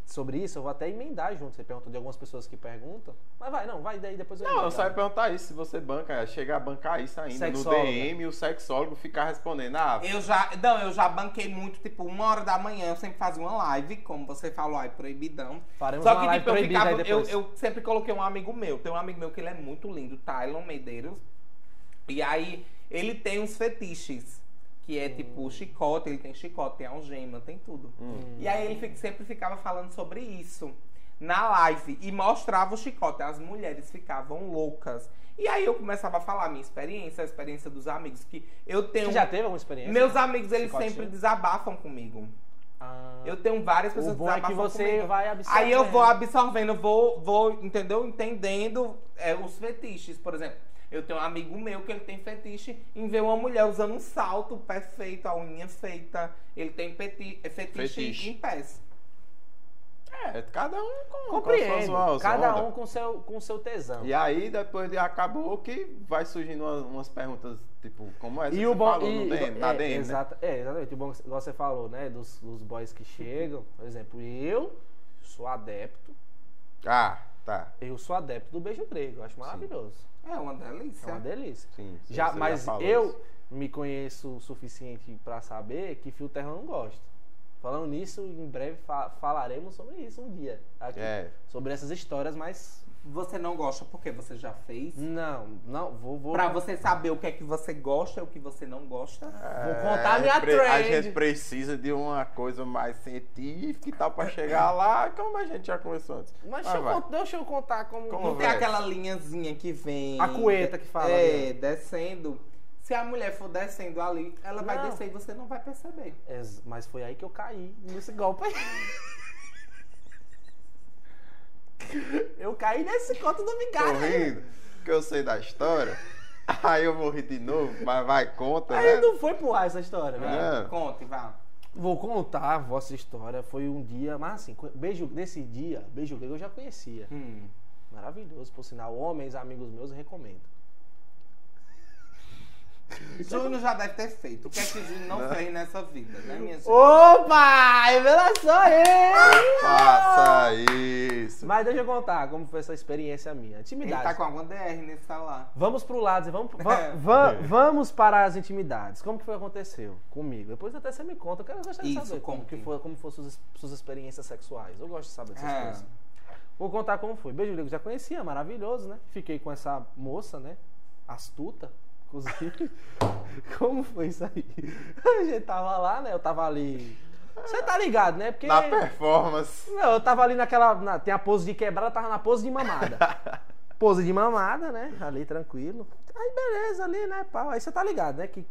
sobre isso eu vou até emendar junto. Você perguntou de algumas pessoas que perguntam, mas vai, não, vai daí depois eu. Não, eu emendo. só ia perguntar isso, se você banca, chega a bancar isso ainda Sexóloga. no DM, o sexólogo ficar respondendo, ah, Eu já, não, eu já banquei muito, tipo, uma hora da manhã, eu sempre fazia uma live, como você falou, ai, proibidão. Faremos Só uma que, live tipo, eu proibida ficava, aí eu, depois. eu sempre coloquei um amigo meu, tem um amigo meu que ele é muito lindo, Tylon Medeiros, e aí ele tem uns fetiches, que é, Hum. tipo, chicote, ele tem chicote, tem algema, tem tudo. E aí ele fica- sempre ficava falando sobre isso na live e mostrava o chicote. As mulheres ficavam loucas. E aí eu começava a falar a minha experiência, a experiência dos amigos, que eu tenho... Você já teve alguma experiência? Meus amigos, eles é Chicotinho? sempre desabafam comigo. Ah, Eu tenho várias pessoas o bom que é que desabafam você comigo. vai absorver. Aí eu vou absorvendo, vou, vou entendeu? Entendendo é, os fetiches, por exemplo. Eu tenho um amigo meu que ele tem fetiche em ver uma mulher usando um salto, o pé feito, a unha feita. Ele tem peti- é fetiche, Fetiche. em pés. É, cada um com, com suas- Compreendo. suas Cada ondas. um com seu, com seu tesão. E aí, depois de acabou, que vai surgindo umas, umas perguntas, tipo, como essa que E o você bom. falou e- no DM, e- na é, DM, né? exata- é, exatamente. O bom que você falou, né? Dos, dos boys que chegam. Por exemplo, eu sou adepto. Ah, tá. Eu sou adepto do beijo grego. Eu acho maravilhoso. É uma delícia. É uma delícia. Sim, sim, Já, você mas falou eu isso. me conheço o suficiente pra saber que fio terra eu não gosta. Falando nisso, em breve fa- falaremos sobre isso um dia. Aqui, É, Sobre essas histórias, mas. Você não gosta porque você já fez? Não, não, vou. vou Pra você saber o que é que você gosta e o que você não gosta. Vou contar a minha gente pre- É, A trend. gente precisa de uma coisa mais científica e tal pra chegar lá, como a gente já começou antes. Mas Ah, deixa, eu, vai. con- deixa eu contar como. Como Não tem Conversa. aquela linhazinha que vem. A cueta que fala, É, né? descendo. Se a mulher for descendo ali, ela vai Não. descer e você não vai perceber. É, mas foi aí que eu caí nesse golpe aí. Eu caí nesse conto do Tô vigário. aí. rindo, porque eu sei da história. Aí eu vou rir de novo, mas vai, conta, Aí né? não foi pro ar essa história, velho. É. Conte, vá. Vou contar a vossa história. Foi um dia, mas assim, co- beijo, nesse dia, beijo grego eu já conhecia. Hum. Maravilhoso, por sinal. Homens, amigos meus, recomendo. Júnior já deve ter feito. O que é que o Júnior não, fez nessa vida, né, minha gente? Opa! Revelação aí! Faça isso. Mas deixa eu contar como foi essa experiência minha. Ele Intimidade. tá com alguma DR nesse salário. Vamos pro lado, Zé, vamos, É. va- va- vamos para as intimidades. Como que foi que aconteceu comigo? Depois até você me conta, eu quero eu gostaria de Isso, saber como conte. que foi, como foram suas, suas experiências sexuais. Eu gosto de saber dessas É. coisas. Vou contar como foi. Beijo grego, já conhecia, maravilhoso, né? Fiquei com essa moça, né? Astuta, inclusive. como foi isso aí? A gente tava lá, né? Eu tava ali. Você tá ligado, né? Porque Na performance. não, eu tava ali naquela. na- tem a pose de quebrada, eu tava na pose de mamada. pose de mamada, né? Ali tranquilo. Aí beleza, ali, né? Pau. Aí você tá ligado, né? Que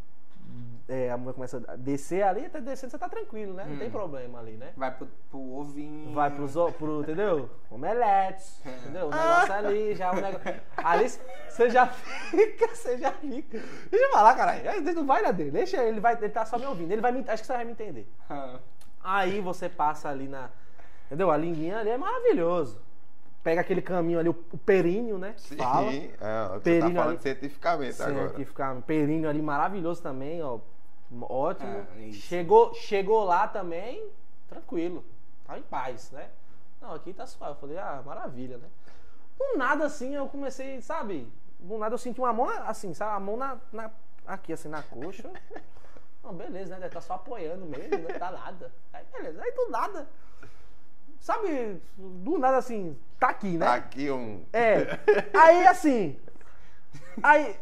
é, a mulher começa a descer ali, até descendo, você tá tranquilo, né? Não tem problema ali, né? Vai pro, pro ovinho. Vai pros, o- pro, entendeu? Omeletes, entendeu? O negócio ali, já o negócio. Ali você já fica, você já fica. Deixa eu falar, caralho. Aí Não vai na dele, deixa ele, vai, ele tá só me ouvindo. Ele vai me, acho que você vai me entender. Ah. Aí você passa ali na. Entendeu? A linguinha ali é maravilhoso. Pega aquele caminho ali, o, o períneo, né? que Sim, Fala. é, você tá Perino falando ali. cientificamente agora. Cientificar, um períneo ali maravilhoso também, ó. Ótimo. Ah, isso. chegou, chegou lá também, tranquilo. Tá em paz, né? Não, aqui tá suave. Eu falei, ah, maravilha, né? Do nada assim eu comecei, sabe? Do nada eu senti uma mão assim, sabe? A mão na, na- aqui, assim, na coxa. Não, beleza, né? Deve tá só apoiando mesmo, não dá nada. Aí, beleza. Aí do nada. Sabe, do nada assim, tá aqui, né? Tá aqui um. É. Aí assim. Aí.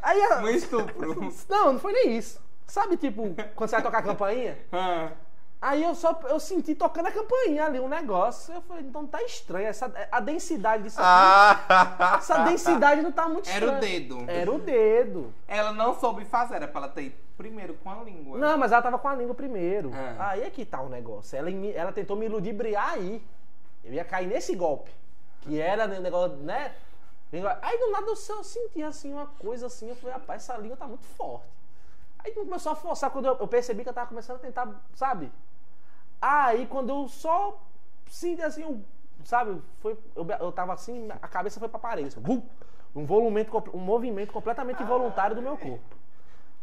Aí. a- Um estupro. Não, não foi nem isso. Sabe, tipo, quando você vai tocar a campainha? Ah. Aí eu só eu senti tocando a campainha ali um negócio. Eu falei, então tá estranho. Essa, a densidade disso aqui. Ah! Essa densidade não tá muito Era estranha. o dedo. Era o dedo. Ela não soube fazer, era pra ela ter ido primeiro com a língua. Não, mas ela tava com a língua primeiro. É. Aí é que tá o negócio. Ela, me- ela tentou me ludibriar aí. Eu ia cair nesse golpe. Que era né, negócio, né? Aí do nada eu só senti assim uma coisa assim. Eu falei, rapaz, essa língua tá muito forte. Aí começou a forçar quando eu, eu percebi que eu tava começando a tentar, sabe? Aí Ah, quando eu só sinto assim, um- sabe? Foi, eu, eu tava assim, a cabeça foi pra parede. assim, vum! Um, volumento, compl- um movimento completamente involuntário do meu corpo.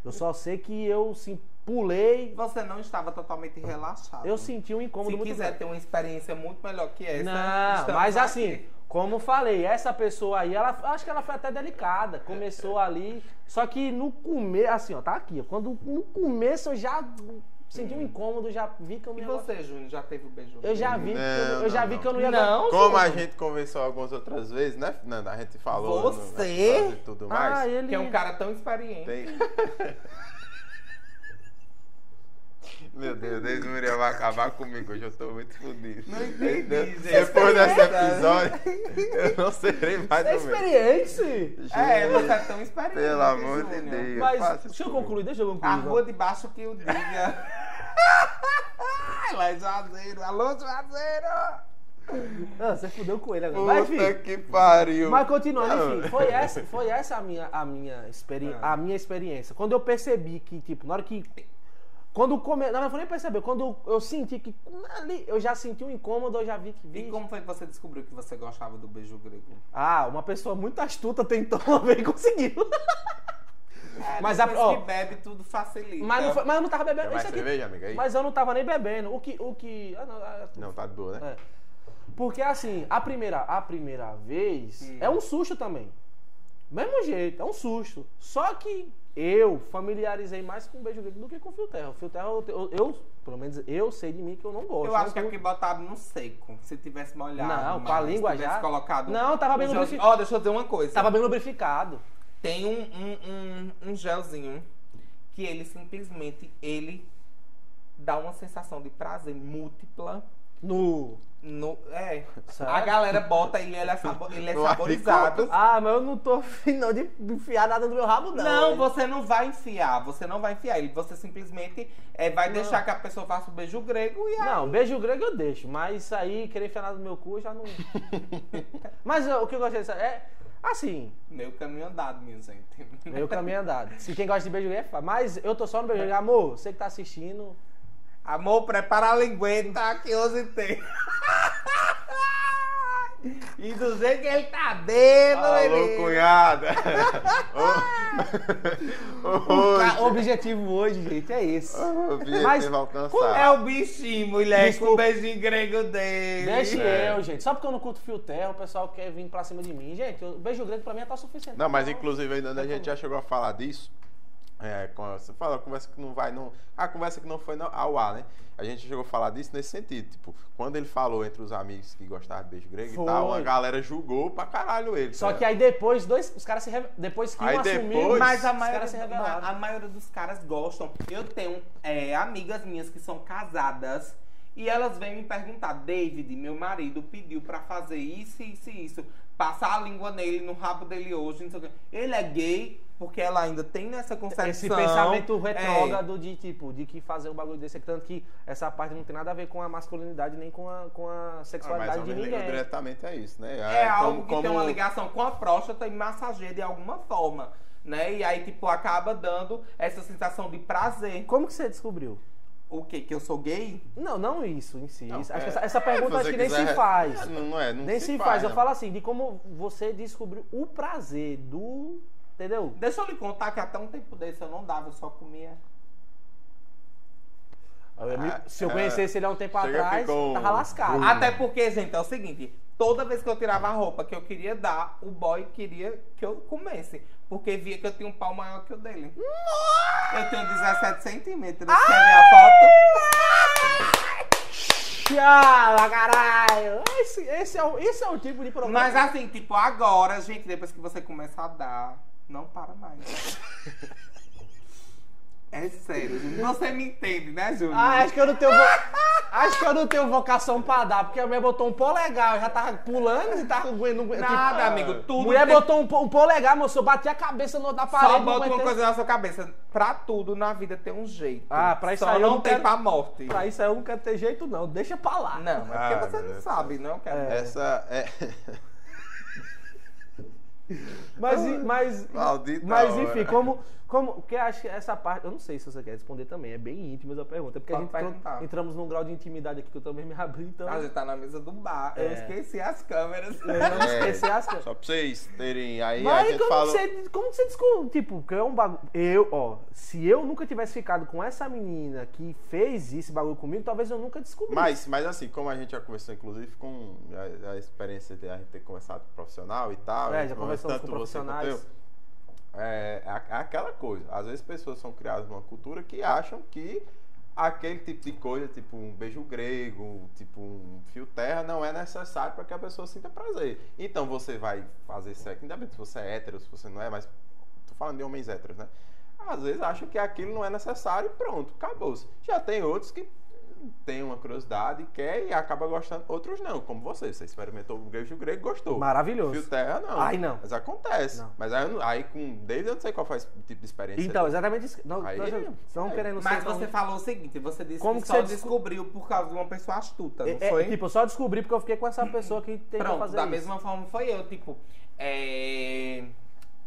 Eu só sei que eu assim, pulei. Você não estava totalmente relaxado. Eu senti um incômodo Se muito quiser ter uma experiência muito melhor que essa. grande. Não, estamos mas aqui. assim, como falei, essa pessoa aí, ela acho que ela foi até delicada. Começou ali. Só que no começo, assim, ó, tá aqui. ó, Quando no começo eu já senti um incômodo, já vi que eu me Hum. E você, Júnior, já teve o beijo? Eu já vi, que eu, Não, eu já não, vi que não. eu não ia Não, Como a Júnior. gente conversou algumas outras vezes, né, Fernanda? A gente falou no Você? episódio e tudo mais. Ah, ele. Que é um cara tão experiente. Tem... Meu Deus, Deus Muriel vai acabar comigo hoje, eu tô muito fodido. Não entendi, gente. Depois desse episódio, eu não serei mais É o mesmo. experiente! É, você é tão experiente. Pelo amor de Júnior. Deus. né? Mas faça deixa eu isso. concluir, deixa eu Ah, A concluir. rua de baixo que eu diga. Lá é Juazeiro. Alô, Juazeiro! Ah, você fudeu com ele agora. Mas, Puta enfim, que pariu. mas continuando, enfim, Não. Ah. foi essa, foi essa a, minha, a, minha experi a minha experiência. Quando eu percebi que, tipo, na hora que Quando come... Não, não vou nem perceber. Quando eu senti que ali eu já senti um incômodo, eu já vi que vi. E como foi que você descobriu que você gostava do beijo grego? Ah, uma pessoa muito astuta tentou uma vez e conseguiu. É, É, Mas a- É, depois ó, que bebe, tudo facilita. Mas, não foi- mas eu não tava Quer bebendo mais isso aqui. cerveja, amiga? Aí? Mas eu não tava nem bebendo. O que. O que... Ah, não, ah, Não, tá de boa, né? É. Porque assim, a primeira, a primeira vez Hum. é um susto também. Mesmo jeito, é um susto. Só que eu familiarizei mais com o beijo grego do que com o fio terra. O fio terra, eu, eu- eu- pelo menos eu sei de mim que eu não gosto. Eu Não acho que é curto. aqui botaram no seco. Se tivesse molhado. Não, mas com a língua se tivesse já? colocado. Não, tava bem um lubrifi- gelzinho. Ó, deixa eu dizer uma coisa. Tava bem lubrificado. Tem um, um, um, um gelzinho que ele simplesmente ele dá uma sensação de prazer múltipla. No. No, é. Sério? A galera bota ele, ele é, sabo- ele é No ar de saborizado. Ah, mas eu não tô afim não de enfiar nada no meu rabo, não. Não, você não vai enfiar, você não vai enfiar ele, você simplesmente é, vai deixar que a pessoa faça o beijo grego e é a... Não, beijo grego eu deixo, mas isso aí, querer enfiar nada no meu cu, eu já não. mas ó, o que eu gostei dessa. É. Assim, Meio caminho andado, minha gente. Meio caminho andado. Se quem gosta de beijo grego, faz. Mas eu tô só no beijo grego. Amor, você que tá assistindo. Amor, prepara a lingueta que hoje tem. E do jeito que ele tá dentro, Alô, ele- cunhada! Ô, Ca- O tá objetivo hoje, gente, é esse. ô, tá objetivo Mas Como alcançado. é o bichinho, mulher, com o Desculpa. beijinho grego dele. Deixe É. eu, gente. Só porque eu não curto fio terra, o pessoal quer vir pra cima de mim. Gente, o beijo grego pra mim tá suficiente. Não, mas inclusive ainda tá a gente já chegou a falar disso. É, com- você fala, conversa que não vai, não. A conversa que não foi não, ao ar, né? A gente chegou a falar disso nesse sentido. Tipo, quando ele falou entre os amigos que gostavam de beijo grego Foi. e tal, a galera julgou pra caralho ele. Só né? que aí depois, dois, os caras se re... Depois que Aí um assumiu, depois- Mas a os maioria, caras se ma- a revelaram. maioria dos caras gostam. Eu tenho é, amigas minhas que são casadas e elas vêm me perguntar: David, meu marido pediu pra fazer isso, isso e isso. Passar a língua nele, no rabo dele hoje, não sei o quê. Ele é gay porque ela ainda tem essa concepção. Esse pensamento é, retrógrado de tipo, de que fazer um bagulho desse, tanto que essa parte não tem nada a ver com a masculinidade nem com a, com a Ah, mas sexualidade o de beijo grego ninguém. diretamente é isso, né? É, algo que tem uma ligação com a próstata e massageia de alguma forma. Né? E aí, tipo, acaba dando essa sensação de prazer. Como que você descobriu? O quê? Que eu sou gay? Não, não isso em si. Não, Isso- é- acho que essa, essa é, pergunta acho você que nem quiser- se faz. É, Não, não é, não nem se, faz. Eu não. falo assim, de como você descobriu o prazer do. Entendeu? Deixa eu lhe contar que até um tempo desse eu não dava, eu só comia. Eu me- Ah, se eu é. conhecesse ele há um tempo Chega, atrás, ficou tava um- lascado. Hum. Até porque, gente, é o seguinte: toda vez que eu tirava a roupa que eu queria dar, o boy queria que eu comesse. Porque via que eu tinha um pau maior que o dele. Eu tenho 17 centímetros. Quer ver a foto? Tchala, caralho! Esse, esse é o, esse é o tipo de problema. Mas assim, tipo, agora, gente, depois que você começa a dar, não para mais. É sério, gente. você me entende, né, Júnior? Ah, acho que eu não tenho. vo- Acho que eu não tenho vocação pra dar, porque a mulher botou um polegar, eu já tava pulando e tava aguentando. tipo, Nada, ah, amigo, tudo Mulher tem- botou um, po- um polegar, moço, eu bati a cabeça no, na parede. Só não bota uma aguentei. coisa na sua cabeça. Pra tudo na vida tem um jeito. Ah, pra isso Só aí eu não não tem quero- pra morte. Pra isso aí eu não quero ter jeito, não. Deixa pra lá. Não, é porque Ah, você meu não Deus. sabe, não, cara. Essa é. Mas, e- mas, Maldita mas hora. enfim, como, como, porque acho que essa parte, eu não sei se você quer responder também, é bem íntima essa pergunta, porque a Pode gente entrou- perguntar. entramos num grau de intimidade aqui que eu também me abri, então A eu gente tá na mesa do bar. Eu É. esqueci as câmeras. não É. esqueci as coisas. Só pra vocês terem. Aí a Mas gente como, falou. você, como que você descobriu, tipo, que é um bagulho, eu, ó, se eu nunca tivesse ficado com essa menina que fez esse bagulho comigo, talvez eu nunca descobrisse. Mas, mas assim, como a gente já conversou, inclusive, com a, a experiência de a gente ter conversado com profissional e tal. É, e já com- conversamos com tanto você quanto profissionais. eu, É, a- é aquela coisa. Às vezes pessoas são criadas numa cultura que acham que aquele tipo de coisa, tipo um beijo grego, tipo um fio terra, não é necessário para que a pessoa sinta prazer. Então você vai fazer sexo, independente se você é hétero, se você não é, mas tô falando de homens héteros, né? Às vezes acham que aquilo não é necessário e pronto, acabou-se. Já tem outros que têm uma curiosidade, quer e acaba gostando, outros não, como você. Você experimentou o beijo grego e gostou. Maravilhoso. Fio terra ah, não. Ai, não. Mas acontece. Não. Mas aí, eu não- aí com desde eu não sei qual foi esse tipo de experiência. Então, exatamente isso. Não, Aí, nós não é. querendo Mas ser tão- você falou o seguinte, você disse Como que que só você desco- descobriu por causa de uma pessoa astuta, não É, é, foi? tipo, eu só descobri porque eu fiquei com essa pessoa que tentou Pronto, fazer da isso. mesma forma foi eu, tipo, é...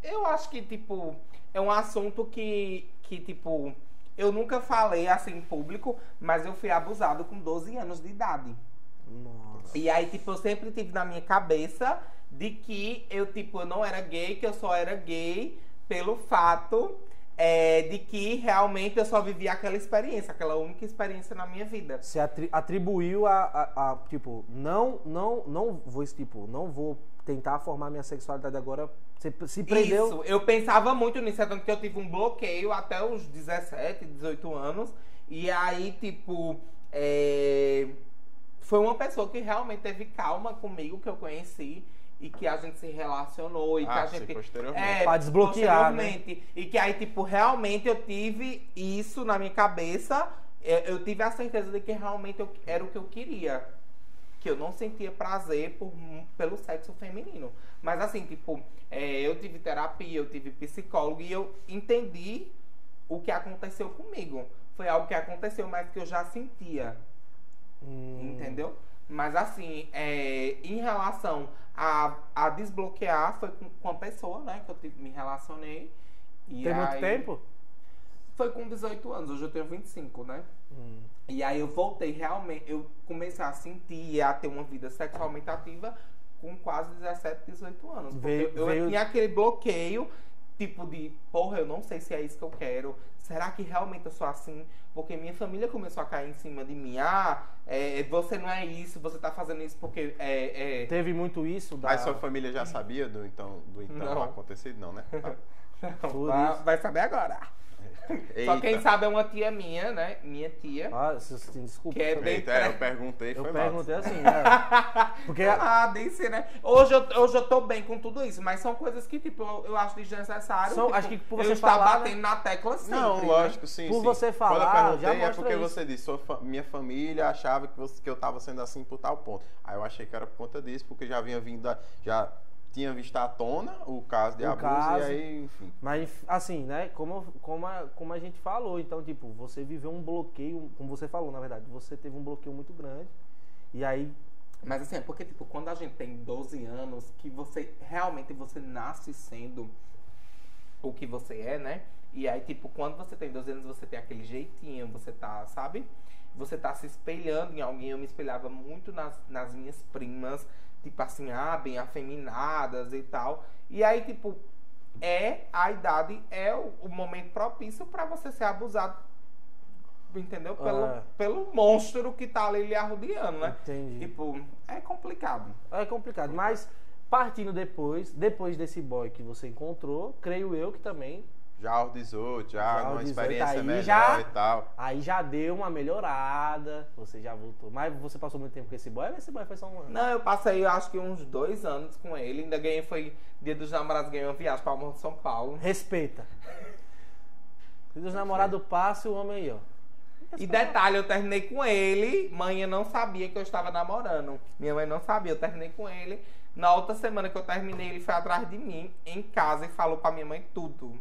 eu acho que, tipo, é um assunto que, que tipo, Eu nunca falei assim em público, mas eu fui abusado com 12 anos de idade. Nossa. E aí, tipo, eu sempre tive na minha cabeça de que eu, tipo, eu não era gay, que eu só era gay pelo fato é, de que realmente eu só vivia aquela experiência, aquela única experiência na minha vida. Você atri- atribuiu a, a- a, tipo, não, não, não vou, tipo, não vou tentar formar minha sexualidade agora. Você se prendeu. Isso, eu pensava muito nisso, é tanto que eu tive um bloqueio até os 17, 18 anos. E aí, tipo, é, foi uma pessoa que realmente teve calma comigo, que eu conheci e que a gente se relacionou e que a Ah, sim, gente posteriormente. É, Pra desbloquear, né? posteriormente. E que aí, tipo, realmente eu tive isso na minha cabeça. Eu, eu tive a certeza de que realmente eu, era o que eu queria. Que eu não sentia prazer por, pelo sexo feminino. Mas assim, tipo, é, eu tive terapia, eu tive psicólogo e eu entendi o que aconteceu comigo. Foi algo que aconteceu, mas que eu já sentia. Hum, Entendeu? Mas assim, é, em relação a, a desbloquear, foi com, com a pessoa, né? Que eu te- me relacionei. E Tem muito aí- tempo? Foi com 18 anos, hoje eu tenho 25, né? Hum. E aí eu voltei realmente, eu comecei a sentir e a ter uma vida sexualmente ativa com quase 17, 18 anos. Porque Veio- eu, eu veio- tinha aquele bloqueio, tipo de, porra, eu não sei se é isso que eu quero. Será que realmente eu sou assim? Porque minha família começou a cair em cima de mim. Ah, é, você não é isso, você tá fazendo isso porque é. é... Teve muito isso da. Mas sua família já sabia do então, do então Não. acontecido? Não, né? Tá. Por Vai, isso. vai saber agora. Só Eita. quem sabe é uma tia minha, né? Minha tia. Ah, se- se- desculpa. Que é bem- Eita, é, eu perguntei, né? Eu foi perguntei mal. assim, né? Porque Ah, disse, né? Hoje eu, hoje eu tô bem com tudo isso, mas são coisas que, tipo, eu, eu acho desnecessário. São- tipo, acho que por eu você estar falar, né? batendo na tecla sempre. Não, né? lógico, sim. Por sim. você falar, Quando eu já perguntei, é mostra porque isso. você disse, sua fa- minha família achava que, você- que eu estava sendo assim por tal ponto. Aí eu achei que era por conta disso, porque já vinha vindo, a- já tinha visto à tona o caso de O abuso, caso. e aí, enfim. Mas, assim, né? Como, como, a, como a gente falou, então, tipo, você viveu um bloqueio, como você falou, na verdade, você teve um bloqueio muito grande. E aí, Mas assim, é porque, tipo, quando a gente tem 12 anos, que você realmente você nasce sendo o que você é, né? E aí, tipo, quando você tem 12 anos, você tem aquele jeitinho, você tá, sabe? Você tá se espelhando em alguém. Eu me espelhava muito nas, nas minhas primas, tipo assim, ah, bem afeminadas e tal. E aí, tipo, é a idade, é o, o momento propício pra você ser abusado, entendeu? Pelo, Ah. pelo monstro que tá ali lhe arrodeando, né? entendi. Tipo, é complicado. É complicado. Mas, partindo depois, depois desse boy que você encontrou, creio eu que também, Já aos 18, já, Já aos numa 18 experiência aí, melhor já- e tal. aí já deu uma melhorada, você já voltou. Mas você passou muito tempo com esse boy, mas esse boy foi só um ano. Não, eu passei, eu acho que uns dois anos com ele. Ainda ganhei, foi dia dos namorados, ganhei uma viagem pra Morro de São Paulo. Respeita. Se dos namorados passa, o homem aí, ó. E detalhe, eu terminei com ele. Mãe não sabia que eu estava namorando. Minha mãe não sabia, eu terminei com ele. Na outra semana que eu terminei, ele foi atrás de mim em casa e falou pra minha mãe tudo.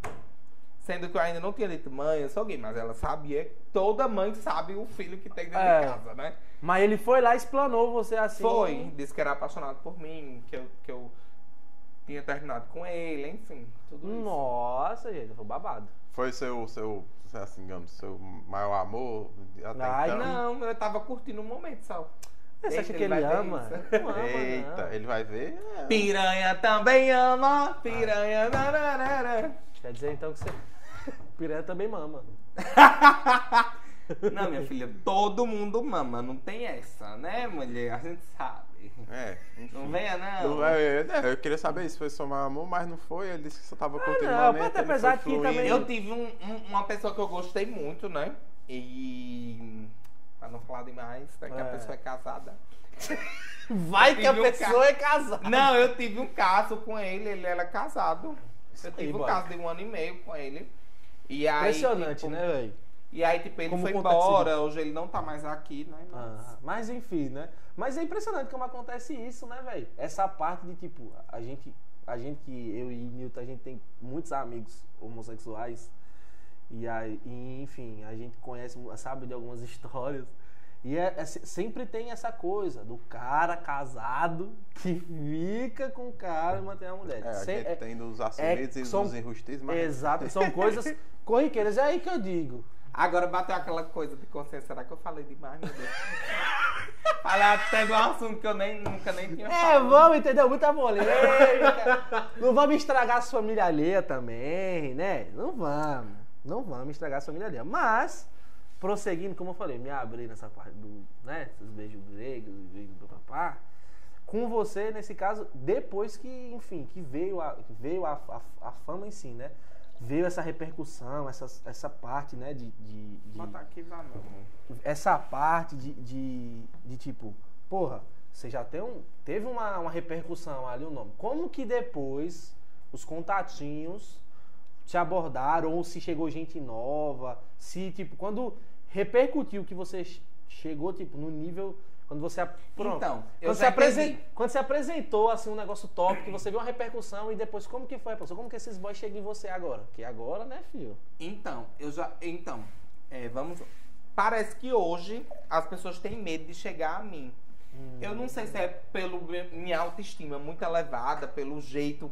Sendo que eu ainda não tinha dito, mãe, eu sou gay, mas ela sabia. Toda mãe sabe o filho que tem dentro É. de casa, né? Mas ele foi lá e explanou você assim. Foi, disse que era apaixonado por mim, que eu, que eu tinha terminado com ele, enfim, tudo isso. Nossa, gente, foi babado. Foi seu, seu, assim, digamos, seu maior amor até Ai, então? Não, eu tava curtindo o momento só. É, Você acha Eita, que ele, vai ver ama? isso. Não ama, né? Eita, não. ele vai ver? É. Piranha também ama, piranha. nararara. Quer dizer então que você. Piranha também mama. Não, minha filha, todo mundo mama, não tem essa, né, mulher? A gente sabe. É, enfim. Não venha, Não não. vai- é, eu queria saber se foi seu maior amor, mas não foi. Ele disse que só tava curtindo não, o momento. pode ele apesar foi que fluindo. também- Eu tive um- um- uma pessoa que eu gostei muito, né? E. Pra não falar demais, né? Que a É. pessoa é casada. Vai que a pessoa é casada. Não, eu tive um caso com ele, ele era casado. Eu tive um boy. caso de um ano e meio com ele. E aí, Impressionante, tipo, né, velho? E aí, tipo, ele Como foi acontece embora, hoje ele não tá mais aqui, né? Mas... Ah, mas enfim, né? Mas é impressionante como acontece isso, né, velho? Essa parte de tipo, a gente, a gente, que eu e Newton, a gente tem muitos amigos homossexuais. E aí, e, enfim, a gente conhece, sabe de algumas histórias. E é, é se- sempre tem essa coisa do cara casado que fica com o cara e mantém a mulher. É, a Se- gente é- tem dos assumidos é- e são- dos enrustidos, mas Exato, são coisas corriqueiras. É aí que eu digo. Agora bateu aquela coisa de consciência. Será que eu falei demais, meu Deus? falei até de um assunto que eu nem, nunca nem tinha É, falado. vamos, entendeu? Muita polêmica. Não vamos estragar a família alheia também, né? Não vamos. Não vamos estragar a família alheia. Mas, prosseguindo, como eu falei, me abri nessa parte do, né? Esses beijos gregos, beijos do papá. Com você, nesse caso, depois que, enfim, que veio a, veio a, a, a fama em si, né? Veio essa repercussão, essa, essa parte, né? De, de, de- Botar aqui, vai, meu amor. essa parte de, de, de tipo, porra, você já tem um, teve uma, uma repercussão ali o nome. Como que depois os contatinhos te abordaram, ou se chegou gente nova, se tipo, quando repercutiu que você che- chegou, tipo, no nível. Quando você. ap- Pronto. Então, quando, eu já você apresen- entendi. quando você apresentou assim, um negócio top, que você viu uma repercussão e depois como que foi a pessoa? Como que esses boys chegam em você agora? Que agora, né, filho? Então, eu já. Então, é, vamos. Parece que hoje as pessoas têm medo de chegar a mim. Hum. Eu não sei se é pelo meu- minha autoestima muito elevada, pelo jeito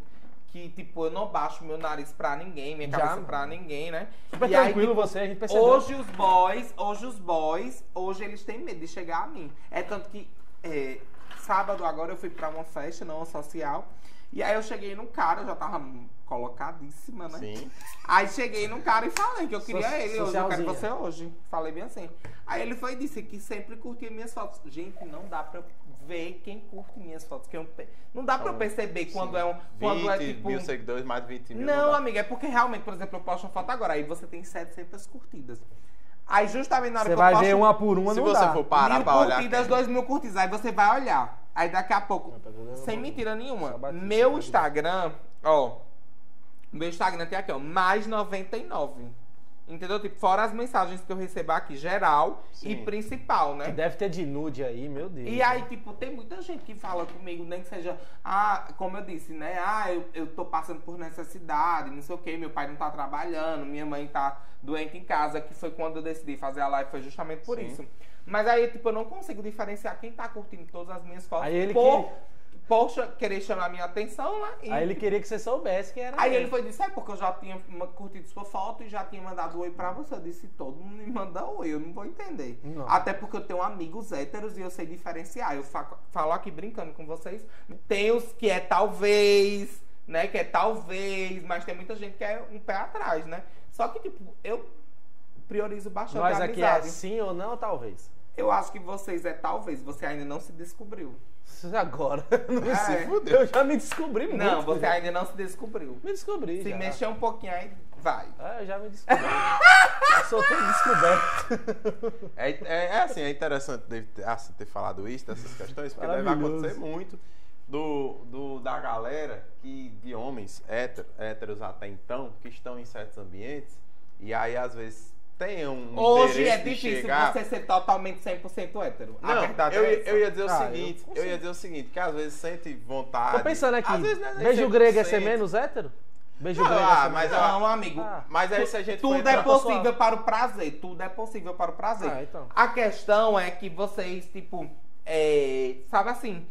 que, tipo, eu não baixo meu nariz pra ninguém, minha Já, cabeça mano. pra ninguém, né? Super E aí, tranquilo você, a gente percebeu. Hoje os boys, hoje os boys, hoje eles têm medo de chegar a mim. É tanto que é, sábado agora eu fui pra uma festa, não uma social. E aí eu cheguei num cara, eu já tava colocadíssima, né? Sim. Aí cheguei num cara e falei que eu queria So- ele hoje, eu quero socialzinha. você hoje. Falei bem assim. Aí ele foi e disse que sempre curtia minhas fotos. Gente, não dá pra eu ver quem curte minhas fotos. Quem eu pe- Não dá pra eu São perceber quando Sim. é um. Quando é 20 tipo. mil um- seguidores, mais de 20 mil. Não, dá. amiga, é porque realmente, por exemplo, eu posto uma foto agora, aí você tem 700 curtidas. Aí justamente na hora Você que vai eu posto ver uma por uma, Se não você dá. for parar mil pra olhar. curtidas, quem- dois mil curtidas. Aí você vai olhar. Aí daqui a pouco, sem mentira Só nenhuma, bati, só meu bati. Instagram, ó. Meu Instagram tem aqui, ó, mais 99. Entendeu? Tipo, fora as mensagens que eu recebo aqui, geral e Sim. principal, Que né? deve ter de nude aí, meu Deus. E aí, tipo, tem muita gente que fala comigo, nem que seja, ah, como eu disse, né? Ah, eu, eu tô passando por necessidade, não sei o quê, meu pai não tá trabalhando, minha mãe tá doente em casa, que foi quando eu decidi fazer a live, foi justamente por Sim. isso. Mas aí, tipo, eu não consigo diferenciar quem tá curtindo todas as minhas fotos Aí ele por, por cha- querer chamar minha atenção, né? E- Aí ele queria que você soubesse quem era. Aí ele foi e disse, é porque eu já tinha ma- curtido sua foto e já tinha mandado oi pra você. Eu disse, todo mundo me manda oi, eu não vou entender. Não. Até porque eu tenho amigos héteros e eu sei diferenciar. Eu faco- falo aqui brincando com vocês. Tem os que é talvez, né? Que é talvez, mas tem muita gente que é um pé atrás, né? Só que, tipo, eu priorizo bastante Nós a aqui é amizade. sim ou não, talvez. Eu acho que vocês é talvez, você ainda não se descobriu. Agora. Não Ah, se é? fudeu. Eu já me descobri muito. Não, você ainda não se descobriu. Me descobri. Se já. mexer um pouquinho aí, vai. Ah, eu já me descobri. Eu Sou todo descoberto. É, é- é assim, é interessante deve ter, assim, ter falado isso, dessas questões, porque deve Maravilhoso. acontecer muito do, do- da galera que, de homens hétero- héteros até então, que estão em certos ambientes, e aí às vezes tem um. Hoje interesse é de difícil chegar... você ser totalmente 100% hétero. a Não, verdade eu, é ia- essa. eu ia dizer o Ah, eu seguinte, eu, consigo. ia dizer o seguinte, que às vezes sente vontade. Tô Tá pensando aqui. Às vezes, não é nem Beijo grego é ser 100%. menos hétero? Beijo Não, grego é ah, ser mas menos- Não, amigo. Ah. Mas aí se a gente for Tudo entrar- é possível pessoal. para o prazer. Tudo é possível para o prazer. Ah, então. A questão é que vocês, tipo, é, sabe assim,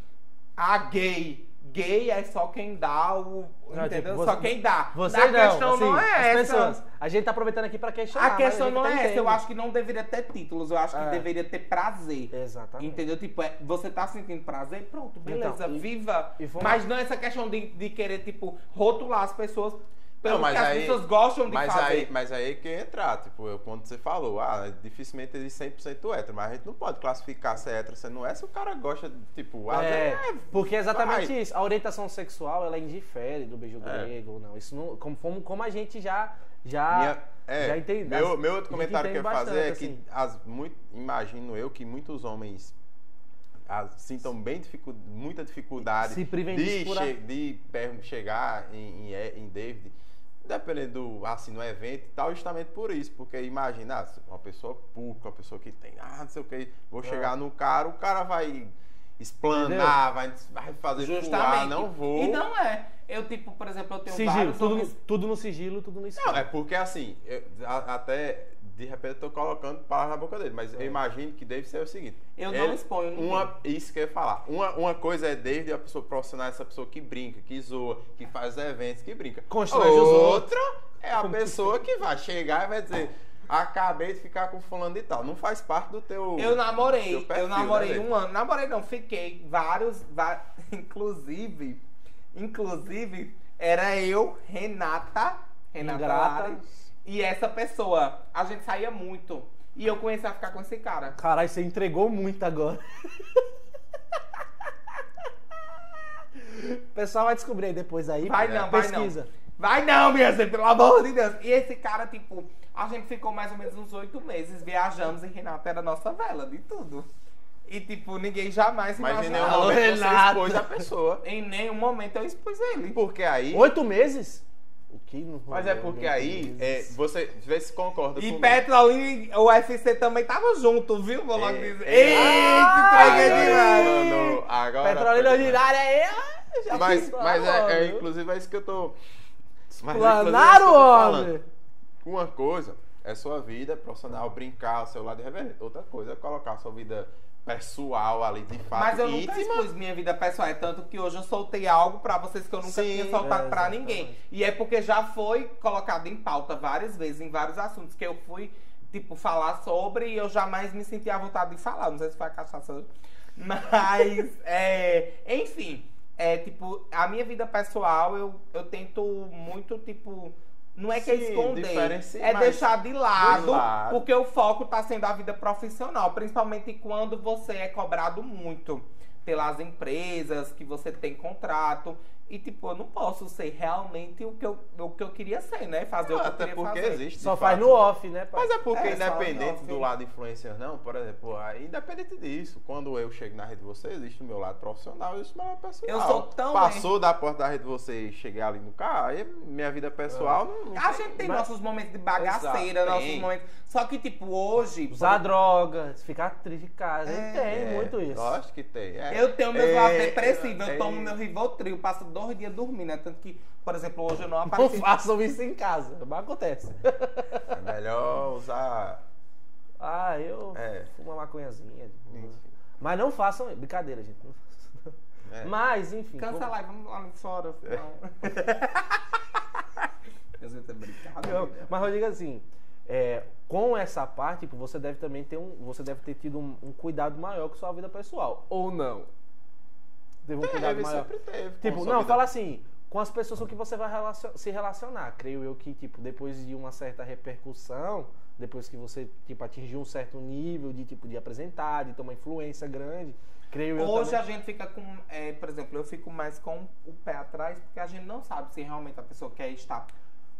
a gay. Gay é só quem dá o. Não, entendeu? tipo, só você- quem dá. Você a não. questão assim, não é as essa. pessoas. A gente tá aproveitando aqui pra questionar. A mas questão gente não tá é essa. Eu entendendo. acho que não deveria ter títulos. Eu acho que É. deveria ter prazer. Exatamente. Entendeu? Tipo, é, você tá sentindo prazer, pronto, beleza, Ah. Então, e- viva. e vamos- Mas não é essa questão de, de querer, tipo, rotular as pessoas pelo Não, mas que as aí- pessoas gostam de Mas fazer. aí, mas aí que entrar, tipo, eu, quando você falou, ah, dificilmente existe 100% hétero, mas a gente não pode classificar se é hétero, se não é, se o cara gosta, tipo, ah, É, porque é exatamente vai. isso. A orientação sexual, ela indifere do beijo É. grego ou não. Isso não, como, como, como a gente já já minha- é, já entendi. Meu, meu outro A gente comentário que eu ia entende fazer é bastante, assim. que, as, muito, imagino eu, que muitos homens as- sintam bem dificu- muita dificuldade se privem de, disso por a- che- de per- chegar em, em, E- em David, dependendo do, assim, no evento e tal, justamente por isso. Porque imagina, ah, uma pessoa pública, uma pessoa que tem, ah, não sei o que, vou É. chegar no cara, o cara vai explanar, vai, vai fazer Justamente. Justamente. não vou. E não é. Eu, tipo, por exemplo, eu tenho sigilo, vários tudo, homens- no- tudo no sigilo, tudo no escuro. Não, é porque assim, eu- a- até de repente eu tô colocando palavras na boca dele, É. mas eu imagino que deve ser o seguinte. Eu ele- não exponho ninguém. uma, isso que eu ia falar. Uma, uma coisa é desde a pessoa profissional, essa pessoa que brinca, que zoa, que faz eventos, que brinca. Constrange os outros. Outra é a pessoa que vai chegar e vai dizer. Acabei de ficar com fulano de tal. Não faz parte do teu. Eu namorei, Seu perfil, eu namorei né, um ano. Namorei não, fiquei vários, va- inclusive, inclusive, era eu, Renata, é Renata Ingrata. Lares, e essa pessoa. A gente saía muito. E eu comecei a ficar com esse cara. Caralho, você entregou muito agora. O pessoal vai descobrir aí depois aí. Vai não, vai não. Pesquisa. Vai não, minha gente, pelo amor de Deus. E esse cara, tipo, a gente ficou mais ou menos uns oito meses, viajamos e Renata era nossa vela de tudo. E, tipo, ninguém jamais Mas em imaginava. nenhum Alô, momento você Renato. expôs a pessoa. Em nenhum momento eu expus ele. Porque aí. Oito meses? O que não Mas é rolou, porque meu aí. Deus. é, você vê se concorda E comigo. Petrolina e o UFC também tava junto, viu? Vou logo É, dizer. é. Eita, Agora, entreguei demais! mano, agora Petrolina foi demais. Ordinária aí, ó, é tá já Mas, fiz lá, mas é, é, mano. inclusive é isso que eu tô. Mas, Planaram, inclusive, é isso que eu tô homem! falando. Uma coisa é sua vida profissional, brincar, o seu lado irreverente. Outra coisa é colocar a sua vida pessoal ali, de fato, Mas eu nunca íntima. expus minha vida pessoal, é tanto que hoje eu soltei algo pra vocês que eu nunca Sim, tinha soltado é, pra exatamente. ninguém. E é porque já foi colocado em pauta várias vezes, em vários assuntos que eu fui, tipo, falar sobre e eu jamais me senti à vontade de falar. Não sei se foi a cachaça. Mas, é, enfim, é tipo, a minha vida pessoal eu, eu tento muito, tipo. Não é que é Sim, esconder, diferenciar, é mas- deixar de lado, De lado. porque o foco tá sendo a vida profissional, principalmente quando você é cobrado muito pelas empresas que você tem contrato. E, tipo, eu não posso ser realmente o que eu, o que eu queria ser, né? Fazer o que eu Até queria porque fazer. existe. de Só faz fato. no off, né, pai? Mas é porque, É, só no independente off. do lado influencer, não, por exemplo, aí, independente disso, quando eu chego na rede de vocês, existe o meu lado profissional e existe o meu lado pessoal. Eu sou tão- Passou da porta da rede de vocês e chegar ali no carro, aí minha vida pessoal não. não A tem- gente tem Mas- nossos momentos de bagaceira, Exato, nossos tem. momentos. Só que, tipo, hoje. por Usar droga, ficar triste de casa. É, tem um É, muito isso. Lógico que tem. é. Eu tenho meus lados É, depressivos, eu é. tomo meu Rivotril, passo dois dias dormindo, né? Tanto que, por exemplo, hoje eu não Não apareci. façam isso em casa, mas acontece. É melhor usar. Ah, eu É. fumo uma maconhazinha. de boa. Enfim. Mas não façam isso. Brincadeira, gente. Não façam isso. É. Mas, enfim. É. Cansa a como- live, vamos lá fora. Não. Meu Deus, é brincadeira. Eu- Mas eu digo assim, é, com essa parte, tipo, você deve também ter um. Você deve ter tido um, um cuidado maior com sua vida pessoal. Ou não. Teve um cuidado Teve, maior. sempre teve. com Tipo, sua não, vida. fala assim, com as pessoas com que você vai relacio- se relacionar. Creio eu que, tipo, depois de uma certa repercussão, depois que você, tipo, atingiu um certo nível de, tipo, de apresentar, de ter uma influência grande, creio eu Hoje também. a gente fica com, é, por exemplo, eu fico mais com o pé atrás, porque a gente não sabe se realmente a pessoa quer estar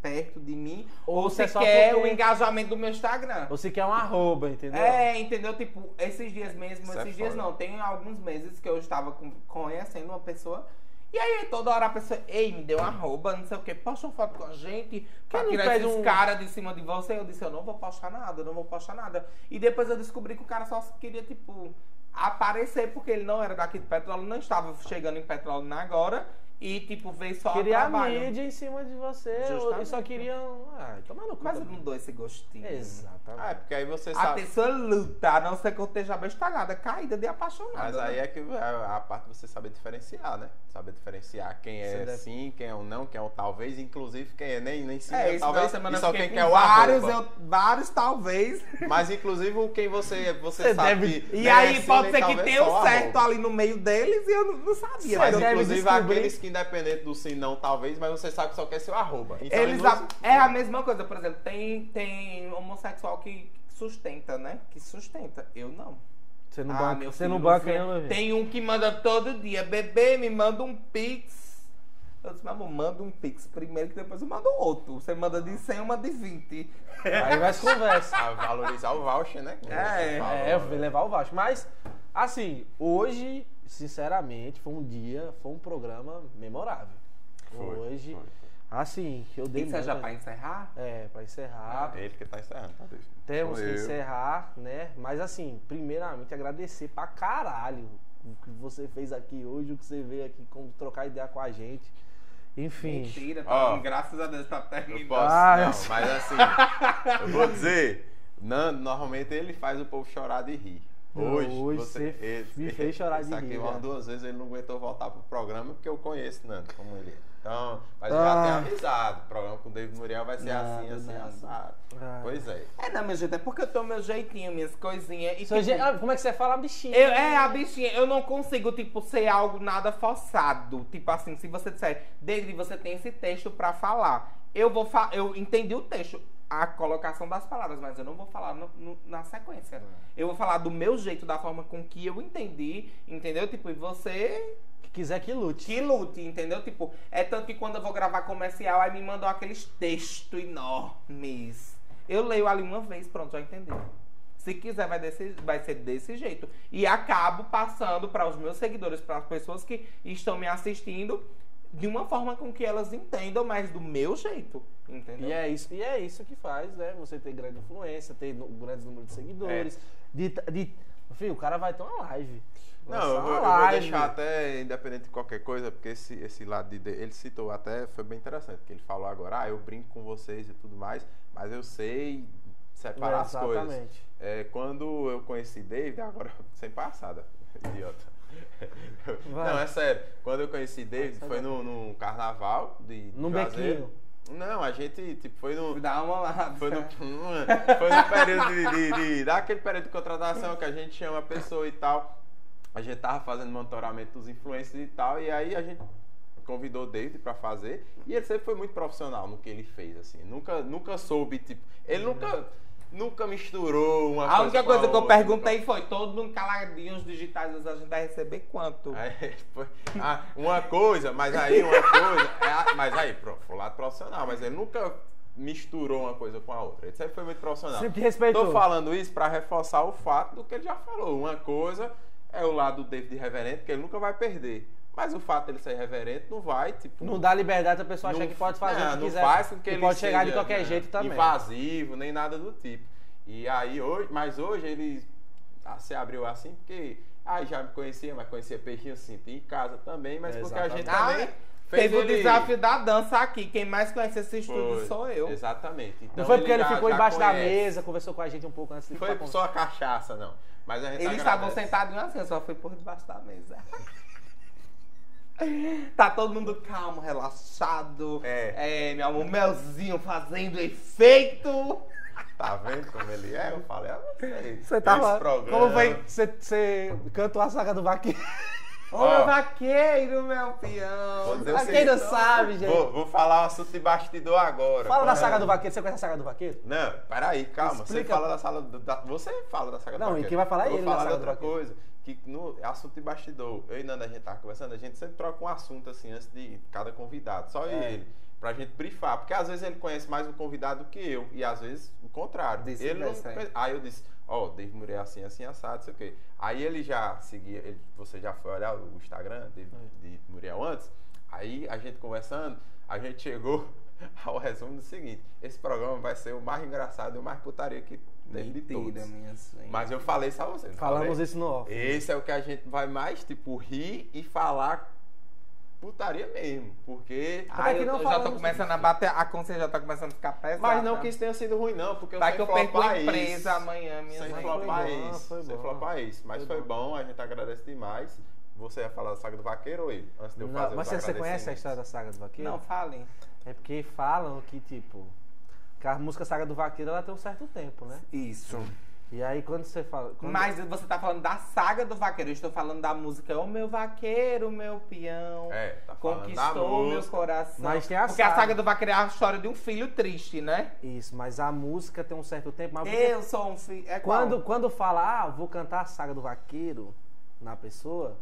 perto de mim ou, se é se só quer porque- o engajamento do meu Instagram. Você quer um arroba, entendeu? É, entendeu? Tipo, esses dias mesmo, Isso é esses dias foda. não, tem alguns meses que eu estava com- conhecendo uma pessoa. E aí toda hora a pessoa, ei, me deu um arroba, não sei o quê, posta uma foto com a gente, pra não tirar pede esses um- caras de cima de você. Eu disse, eu não vou postar nada, eu não vou postar nada. E depois eu descobri que o cara só queria, tipo, aparecer, porque ele não era daqui de Petróleo, não estava chegando em Petróleo agora. E, tipo, veio só Queria a a trabalho. mídia em cima de você e Justamente. só queriam. Ah, toma no cu. Mas um- eu também. não dou esse gostinho. Ah, é Exatamente. porque aí você A sabe. pessoa luta, a não ser que eu esteja bestalhada, caída de apaixonada. Mas aí né? é que a, a parte de você saber diferenciar, né? Saber diferenciar quem Você é deve- sim, quem é um não, quem é um talvez, inclusive quem é nem, nem sim, É, nem isso talvez, da semana e só eu quem fiquei quer com o vários, arroba. eu- vários talvez. Mas inclusive o quem você, você, Você sabe deve- que E nem é aí sim, pode nem ser que talvez, tenha só um arroba. certo ali no meio deles e eu não, não Mas sabia. Mas Eu- deve inclusive descobrir- aqueles que independente do sim, não, talvez, mas você sabe que só quer seu arroba. Então, eles inclusive- a- É a mesma coisa, por exemplo, tem, tem homossexual que sustenta, né? Que sustenta. Eu não. Você não Ah, banca, meu você filho, não banca você- eu não vi. Tem um que manda todo dia, bebê, me manda um pix. Eu disse, meu amor, manda um pix primeiro que depois eu mando outro. Você manda de 100, eu mando de 20. Aí vai se conversa. a valorizar o voucher, né? Como É, você falou, É, eu fui né? levar o Vasco. Mas, assim, hoje, sinceramente, foi um dia, foi um programa memorável. Foi, hoje, foi. assim, eu dei. E você já muita- pra encerrar? É, pra encerrar. Ele que tá encerrando, tá Deus? Temos Sou que eu. encerrar, né? Mas, assim, primeiramente, agradecer pra caralho o que você fez aqui hoje, o que você veio aqui, como trocar ideia com a gente. Enfim. Mentira, tá Ó. bom, graças a Deus tá Eu terminando. posso, Ah, eu não, sei. mas assim, eu vou dizer, Nando, normalmente ele faz o povo chorar de rir. Não, Hoje, hoje você, você me fez chorar esse de aqui rir, umas né? duas vezes ele não aguentou voltar pro programa porque eu conheço Nando como ele é. Então, mas já tem Ah. avisado. O programa com o David Muriel vai ser Nada, assim, assim, nada. assado. Ah. Pois é. É, não, meu gente, é porque eu tenho meu jeitinho, minhas coisinhas. E, Seu tipo, je- ah, Como é que você fala, bichinho? Eu, é, a bichinha, eu não consigo, tipo, ser algo nada forçado. Tipo assim, se você disser, Degri, você tem esse texto pra falar. Eu vou fa eu entendi o texto, a colocação das palavras, mas eu não vou falar no- no- na sequência. Eu vou falar do meu jeito, da forma com que eu entendi, entendeu? Tipo, e você Que quiser que lute. que lute, entendeu? Tipo, é tanto que quando eu vou gravar comercial, aí me mandam aqueles textos enormes. Eu leio ali uma vez, pronto, já entendi. Se quiser, vai, desse- vai ser desse jeito. E acabo passando para os meus seguidores, para as pessoas que estão me assistindo, de uma forma com que elas entendam, mas do meu jeito, entendeu? E é, isso, e é isso que faz, né? Você ter grande influência, ter no- grandes número de É. seguidores. De, de, filho, o cara vai ter uma live. Lançar Não, eu, vou- uma eu vou live. deixar até independente de qualquer coisa, porque esse, esse lado de. de- Ele citou até, foi bem interessante, que ele falou agora, ah, eu brinco com vocês e tudo mais, mas eu sei separar as coisas. Exatamente. É, quando eu conheci David, agora sem passada, idiota. Vai. Não, é sério. Quando eu conheci David, sai foi no, num carnaval de Num Juazeiro. bequinho. Não, a gente tipo, foi no. Dá uma lá. Foi no, Tá. foi no período de, de, de- daquele período de contratação que a gente chama a pessoa e tal. A gente tava fazendo monitoramento dos influencers e tal, e aí a gente convidou o David pra fazer, e ele sempre foi muito profissional no que ele fez, assim. Nunca, nunca soube, tipo, ele nunca, nunca misturou uma Uhum. A única coisa com que eu outra, perguntei foi, todo mundo caladinho, os digitais, a gente vai receber quanto? Aí, foi- ah, uma coisa, mas aí uma coisa. é a- mas aí, pro, pro lado profissional, mas ele nunca misturou uma coisa com a outra. Ele sempre foi muito profissional. Sempre respeitou. Tô falando isso pra reforçar o fato do que ele já falou. Uma coisa é o lado do David reverente, que ele nunca vai perder. Mas o fato dele ser reverente não vai, tipo. Não dá liberdade pra pessoa achar que pode fazer não, é, o que não quiser. faz com que e ele pode chegar de seja, qualquer né, jeito também. Invasivo, nem nada do tipo. E aí hoje, mas hoje ele ah, se abriu assim porque ah, já me conhecia, mas conhecia peixinho assim, tem em casa também, mas É, porque a gente Ah, também fez Teve o ele- desafio da dança aqui. Quem mais conhece esse estúdio Foi, sou eu. Exatamente. Então, não foi porque ele já- ficou já embaixo da conhece. mesa, conversou com tá a gente um pouco antes de Não foi pra- só a cachaça, não. Mas a gente Eles agradece. estavam sentadinhos assim, eu só fui por debaixo da mesa. Tá todo mundo calmo, relaxado. É. meu amor, um melzinho fazendo efeito. Tá vendo como ele é? Eu falei, ah, não sei. Você tava. Esse programa- Como foi? Você, você cantou a saga do vaqueiro. Ô, Ó. meu vaqueiro, meu peão. Vou dizer o Pra quem seguinte, não sabe, gente. Vou, vou falar o assunto de bastidor agora. Fala da Como é? saga do vaqueiro. Você conhece a saga do vaqueiro? Não, peraí, calma. Você Explica. fala da sala do- da- Você fala da saga do Não, e vaqueiro. quem vai falar é Eu vou ele da falar de saga do outra vaqueiro. coisa. Que no assunto de bastidor, eu e Nanda, a gente tava conversando, a gente sempre troca um assunto assim antes de cada convidado. Só eu e ele. Pra gente brifar. Porque às vezes ele conhece mais o convidado que eu. E às vezes o contrário. Disse ele não dessa aí. conhece- Aí eu disse, ó, David Murray é assim, assim, assado, não sei o quê. Aí ele já seguia, ele- você já foi olhar o Instagram de, de Muriel antes. Aí a gente conversando, a gente chegou ao resumo do seguinte: esse programa vai ser o mais engraçado e o mais putaria que tem de todos. minha senhora. Mas eu falei só você. não Falamos falei? isso no off. Esse é o que a gente vai mais, tipo, rir e falar putaria mesmo. Porque. Como é Ai, que eu, não eu já tô falamos começando a bater, a consciência já tá começando a ficar pesada. Mas não que isso tenha sido ruim, não, porque eu Vai sei que eu perco flopar a empresa isso. amanhã, minha Sem mãe. flopar Foi bom, isso. foi Sem bom. flopar isso. Mas Foi foi bom, a gente agradece demais. Você ia falar da saga do vaqueiro ou ele? Antes de eu Não, fazer mas os você, você conhece a agradecimentos. história da saga do vaqueiro? Não, falem. É porque falam que, tipo, que a música Saga do Vaqueiro ela tem um certo tempo, né? Isso. E aí quando você fala. Quando... Mas você tá falando da saga do vaqueiro. Eu estou falando da música Ô meu vaqueiro, meu peão. É, tá falando da Conquistou meu música. coração. Mas tem a Porque a saga. saga do vaqueiro é a história de um filho triste, né? Isso, mas a música tem um certo tempo. Mas porque Eu sou um filho. É quando, qual? quando fala, ah, vou cantar a Saga do Vaqueiro na pessoa,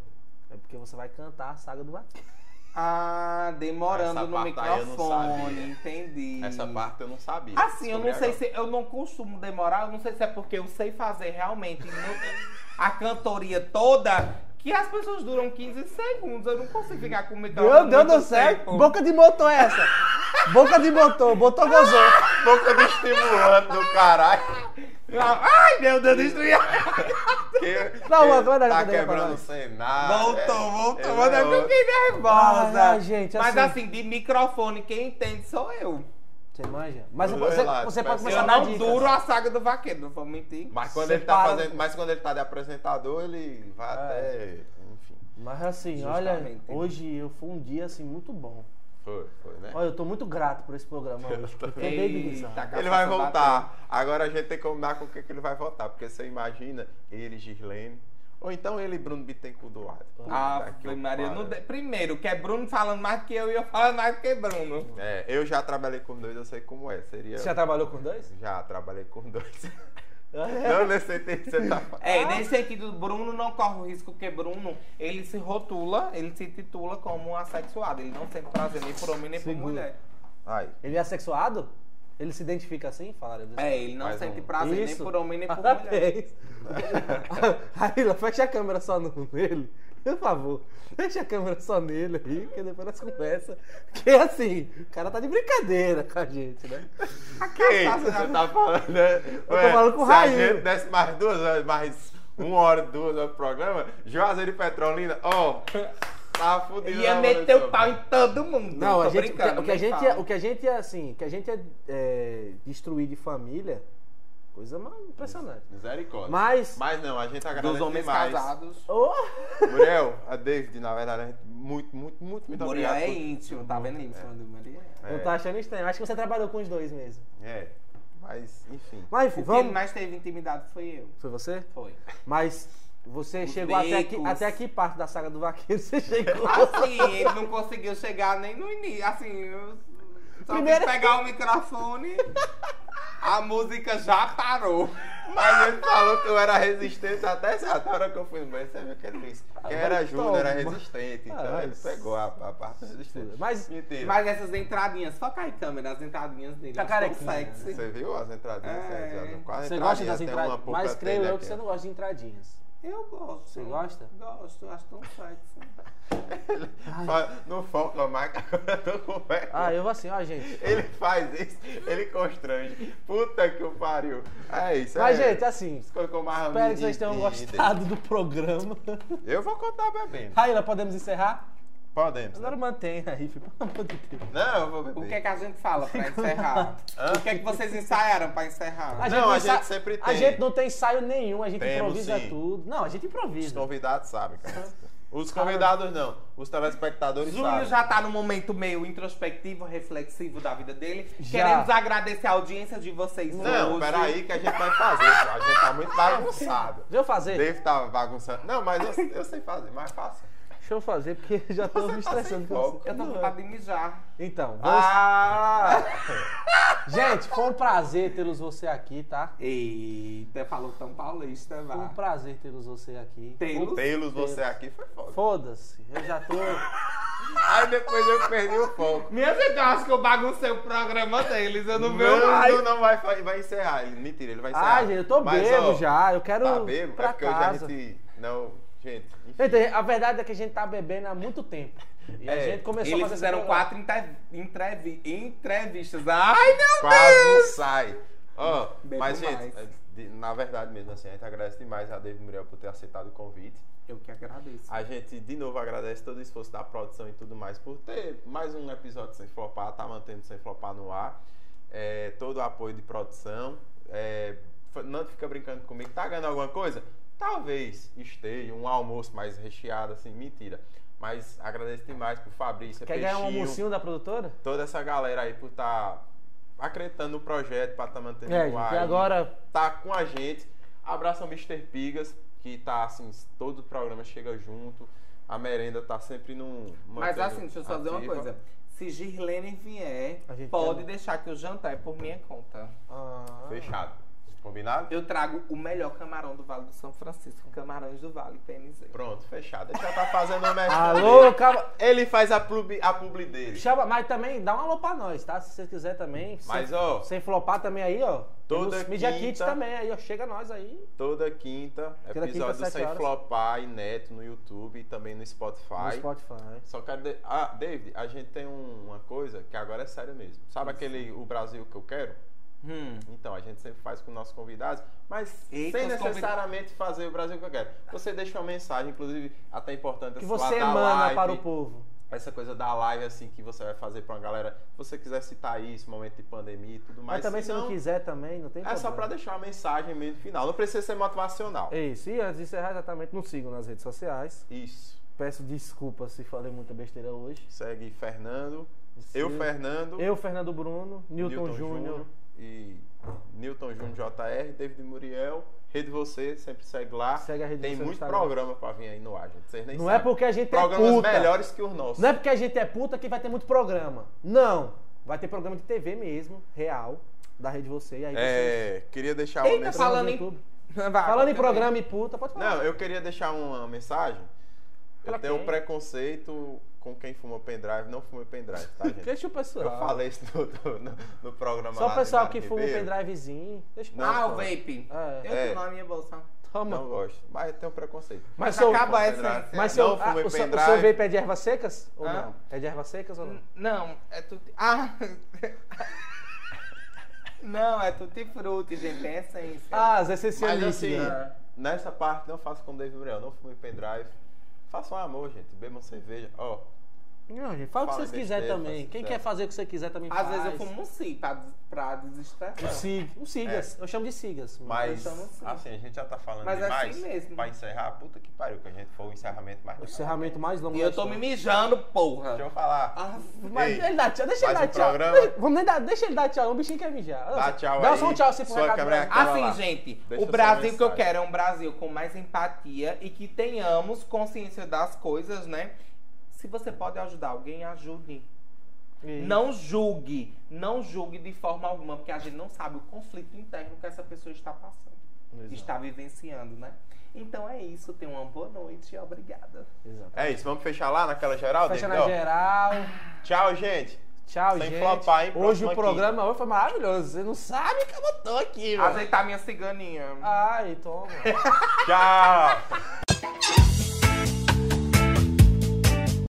é porque você vai cantar a Saga do Vaqueiro. Ah, demorando Essa no parte aí eu não sabia. microfone. Entendi. Essa parte eu não sabia. Assim, eu não Descobri sei agora. se. Eu não costumo demorar, eu não sei se é porque eu sei fazer realmente não- a cantoria toda. Que as pessoas duram 15 segundos. Eu não consigo ficar com o microfone. muito tempo. Boca de motor é essa! Boca de motor, botou gozou. Boca de estimulante do caralho. Ai, meu Deus, destruiu. Que, Não, que mano, manda Tá a cadeira pra quebrando o nós. cenário. Voltou, é- voltou. é Mas eu outro. fiquei nervosa. Ai, ai, gente, Mas assim- assim, de microfone, quem entende sou eu. Você manja? Mas Eu você, pode- você- relato, você pode peço. começar Eu a dar não dicas. duro a saga do vaqueiro, não vou mentir. Mas quando, Você ele tá para- fazendo, mas quando ele tá de apresentador, ele vai até. Enfim. Mas assim, Justamente. olha, hoje eu foi um dia assim muito bom. Foi, foi, né? Olha, eu tô muito grato por esse programa hoje. porque é Eu também. dei de risada. Eita, Ele vai cachaça voltar. Agora a gente tem que combinar com o que, que ele vai voltar. Porque você imagina ele, Gislene. Ou então ele, e Bruno Bittencourt do lado. Ah, Puta que Maria, pariu. não de- primeiro, que é Bruno falando mais que eu e eu falando mais que Bruno. É, eu já trabalhei com dois, eu sei como é. Seria. Você já trabalhou com dois? Já trabalhei com dois. É. não, nesse sentido que você tá falando. Ah. É, nesse sentido, Bruno não corre o risco, porque Bruno, ele se rotula, ele se titula como um assexuado. Ele não sente prazer nem por homem nem por Seguro. mulher. Aí. Ele é sexuado? Ele se identifica assim? Falaram disso. É, ele não Mais sente um. prazer nem Isso. por homem nem por mulher. Parabéns. Raíla, fecha a câmera só no- nele. Por favor, fecha a câmera só nele aí, que depois nós conversa. Porque assim, o cara tá de brincadeira com a gente, né? Quem? Você tá falando, né? Eu tô falando com o Se a Raí. gente desse mais duas horas, mais uma hora, duas horas do programa, Juazeiro e Petrolina, ó, tá fudido. Ia na meter manutenção. o pau em todo mundo. Não, tô a gente, o que- brincando, né? o, que a nem gente falo. é, o que a gente é assim, o que a gente é, é, destruir de família, coisa mais impressionante. Misericórdia. Mas- Mas não, a gente agradece Dos homens demais. casados. Oh! Muriel, a David, na verdade, a gente, muito, muito, muito, muito Muriel é obrigado. íntimo, tá vendo? Ele falando do Muriel. por- Não tá achando estranho. Acho que você trabalhou com os dois mesmo. É, mas, enfim. Mas enfim, O que ele vamos. mais teve intimidade foi eu. Foi você? Foi. Mas você Os chegou até aqui, becos. até que parte da saga do vaqueiro você chegou? Assim, ele não conseguiu chegar nem no início. Assim, eu só Primeiro- Primeiro... pegar o microfone, a música já parou. Mas ele falou que eu era resistente até certa hora que eu fui no banheiro. Você viu o que ele disse? Ah, Que eu era vai Júnior, era tomar. resistente. Então Caralho. ele pegou a, a parte resistente. Mas- Mentira. Mas essas entradinhas, foca aí, câmera, as entradinhas dele. Tá elas são carequinha, né? sexy. Você viu as entradinhas? É. certas? Quase Você entradinha, gosta das tem uma entradinhas? pouca Mas creio telha eu aqui, que você ó. não gosta de entradinhas. Eu gosto. Você gosta? Gosto, acho tão sexy. Fa- Não foca mais, que agora eu tô com vergonha. Ah, eu vou assim, ó, gente. Ele faz isso, ele constrange. Puta que o pariu. É isso, Mas, é. gente, assim, Ficou com mais espero que vocês tenham medida. gostado do programa. Eu vou contar bebendo. Raíla, podemos encerrar? Podemos. né? Agora mantém aí, filho, pelo amor de Deus. Não, eu vou beber. O que é que a gente fala pra encerrar? o que é que vocês ensaiaram pra encerrar? Não, a gente sa- sempre A tem. gente não tem ensaio nenhum, a gente Temos, improvisa sim. tudo. Não, a gente Os improvisa. convidados sabem, cara. Os convidados não. Os telespectadores Júlio sabem. já tá num momento meio introspectivo, reflexivo da vida dele. Já. Queremos agradecer a audiência de vocês Não, hoje. peraí que a gente vai fazer. pô. A gente tá muito bagunçado. Deixa eu fazer. Dave tá bagunçando. Não, mas eu, eu sei fazer, mas é faça. Deixa eu fazer, porque já tô Você me tá sem estressando. com foco. você. Eu tô com vontade de mijar. Então, vamos... Ah! gente, foi um prazer tê-los você aqui, tá? Eita, falou tão paulista, Foi um vá. prazer tê-los você aqui. Tê-los? Teilos, você aqui foi foda. Foda-se, eu já tô. Aí depois eu perdi o foco. Minha gente, eu acho que eu baguncei o programa deles, eu não vejo não, mais. não, não vai, fa- vai encerrar. Ele- Mentira, ele vai encerrar. Ah, gente, eu tô Mas, bebo ó, já. Eu quero. Tá bebo? Pra é porque casa. eu já gente. Não, gente. enfim. Gente, a verdade é que a gente tá bebendo há muito tempo. E a É, gente começou a fazer Eles esse fizeram programa. quatro inter- entrevi- entrevistas. Ai, meu Quase não sai. Ó, Bebo mas, gente, mais. é, de- na verdade mesmo assim, a gente agradece demais a David Muriel por ter aceitado o convite. Eu que agradeço. A gente, de novo, agradece todo o esforço da produção e tudo mais por ter mais um episódio sem flopar, tá mantendo sem flopar no ar. É, todo o apoio de produção. É, f- não fica brincando comigo, tá ganhando alguma coisa? Talvez esteja um almoço mais recheado, assim, mentira. Mas agradeço demais por Fabrício, Quer ganhar um Peixinho, almocinho da produtora? toda essa galera aí por estar acreditando no projeto, pra estar mantendo É, o gente, ar. e aí agora. tá com a gente. Abraça o Mr. Pigas, que tá assim, todo o programa chega junto. A merenda tá sempre num. Mas mantendo assim, deixa eu só dizer uma ativa. coisa. Se Girlene vier, A gente pode quer- deixar que o jantar é por minha conta. Ah, Fechado. Combinado? Eu trago o melhor camarão do Vale do São Francisco. Camarões do Vale, PNZ. Pronto, fechado. Ele já tá fazendo o merchan. Alô, calma. Ele faz a publi, a publi dele. Chama, mas também dá um alô pra nós, tá? Se vocês quiserem também. sem- Mas ó, Sem flopar também aí, ó. Toda Temos Media Kit quinta. também aí, ó. Chega nós aí. toda quinta, Toda quinta, episódio sete sem horas. flopar, inédito no YouTube e também no No Spotify. Spotify. Só quero. de- Ah, David, a gente tem um- uma coisa que agora é sério mesmo. Sabe aquele O Brasil que eu quero? Hum. Então, a gente sempre faz com nossos convidados, mas Eita, sem os necessariamente fazer o Brasil que eu quero. Você deixa uma mensagem, inclusive, até importante Que assim, lá você na emana live. para o povo. essa coisa da live assim que você vai fazer pra uma galera. Se você quiser citar isso, momento de pandemia e tudo mais. Mas também, se se não quiser, também, não tem É problema. só pra deixar uma mensagem meio no final. Não precisa ser motivacional. É isso. E antes de encerrar, exatamente, nos sigam nas redes sociais. Isso. Peço desculpas se falei muita besteira hoje. Segue Fernando. Eu, Sil- Fernando. Eu, Fernando Bruno, Newton Júnior. E Newton Júnior JR, David Muriel. Rede Você, sempre segue lá. Segue a Rede Tem Você no muito Instagram. programa pra vir aí no ar, gente. Vocês nem Não é sabem. porque a gente é Programas puta. melhores que os nossos. Não é porque a gente é puta que vai ter muito programa. Não. Vai ter programa de TV mesmo, real, da rede você. E aí vocês- É, queria deixar uma Eita, mensagem. falando em- YouTube. Vai, Falando em continua. programa e puta, pode falar. Ah, Não, eu queria deixar uma mensagem. Pra Eu tenho quem? um preconceito com quem fuma pendrive, não fuma pendrive, tá, gente? Deixa o pessoal. Eu falei isso no, no, no programa Só lá o do pessoal Mário que fuma um Ribeiro. pendrivezinho. Deixa Não, Ah, o pô. vape. É. Eu É. tenho na minha bolsa. Toma. Não gosto, mas tem um preconceito. mas seu, Acaba a pendrive. essência. mas É, seu, Não ah, fumei o, seu, o pendrive. Hum. seu vape é de ervas secas? Ou Hã? não? É de ervas secas ou não? Não, é tutti... Ah! Não, é tutti frutti, gente, é essência. Ah, as essencialistas. Mas assim, né? nessa parte não faça como David Muriel, não fume pendrive. Faça um amor, gente. Bebam cerveja. Ó, Não, gente, fala o que é. Fala vocês quiserem besteira, também. faz Quem quer sucesso. fazer o que você quiser também Às faz. vezes eu fumo um si pra, des- pra Um desestressar. sig, um sigas. Eu chamo de sigas. É. mas Eu chamo assim. assim, a gente já tá falando Mas é demais. assim mesmo. Pra encerrar, puta que pariu, que a gente foi o encerramento mais O legal. encerramento mais longo E da eu tô história. me mijando, porra. Deixa eu falar. Ah, Mas Ei, ele dá tchau, deixa ele faz dar um tchau. programa. Deixa- Vamos nem dar, deixa ele dar tchau, o bichinho quer mijar. Olha Dá só. tchau Dá aí, só um tchau assim pro sua recado. câmera dela. Então, vai lá. Assim, gente, Deixa o sua Brasil que eu mensagem. quero é um Brasil com mais empatia e que tenhamos consciência das coisas, né? Se você pode ajudar alguém, ajude. Isso. Não julgue, não julgue de forma alguma, porque a gente não sabe o conflito interno que essa pessoa está passando, Exato. está vivenciando, né? Então é isso, tenha uma boa noite e obrigada. Exato. É isso, vamos fechar lá naquela geral, Fecha David? na Ó, geral. Tchau, gente. Tchau, Sem gente. flopar, hein? hoje Próxima o programa hoje foi maravilhoso. Você não sabe que eu botou Ah, aqui, mano. Ajeitar minha ciganinha. Ai, toma. Tchau.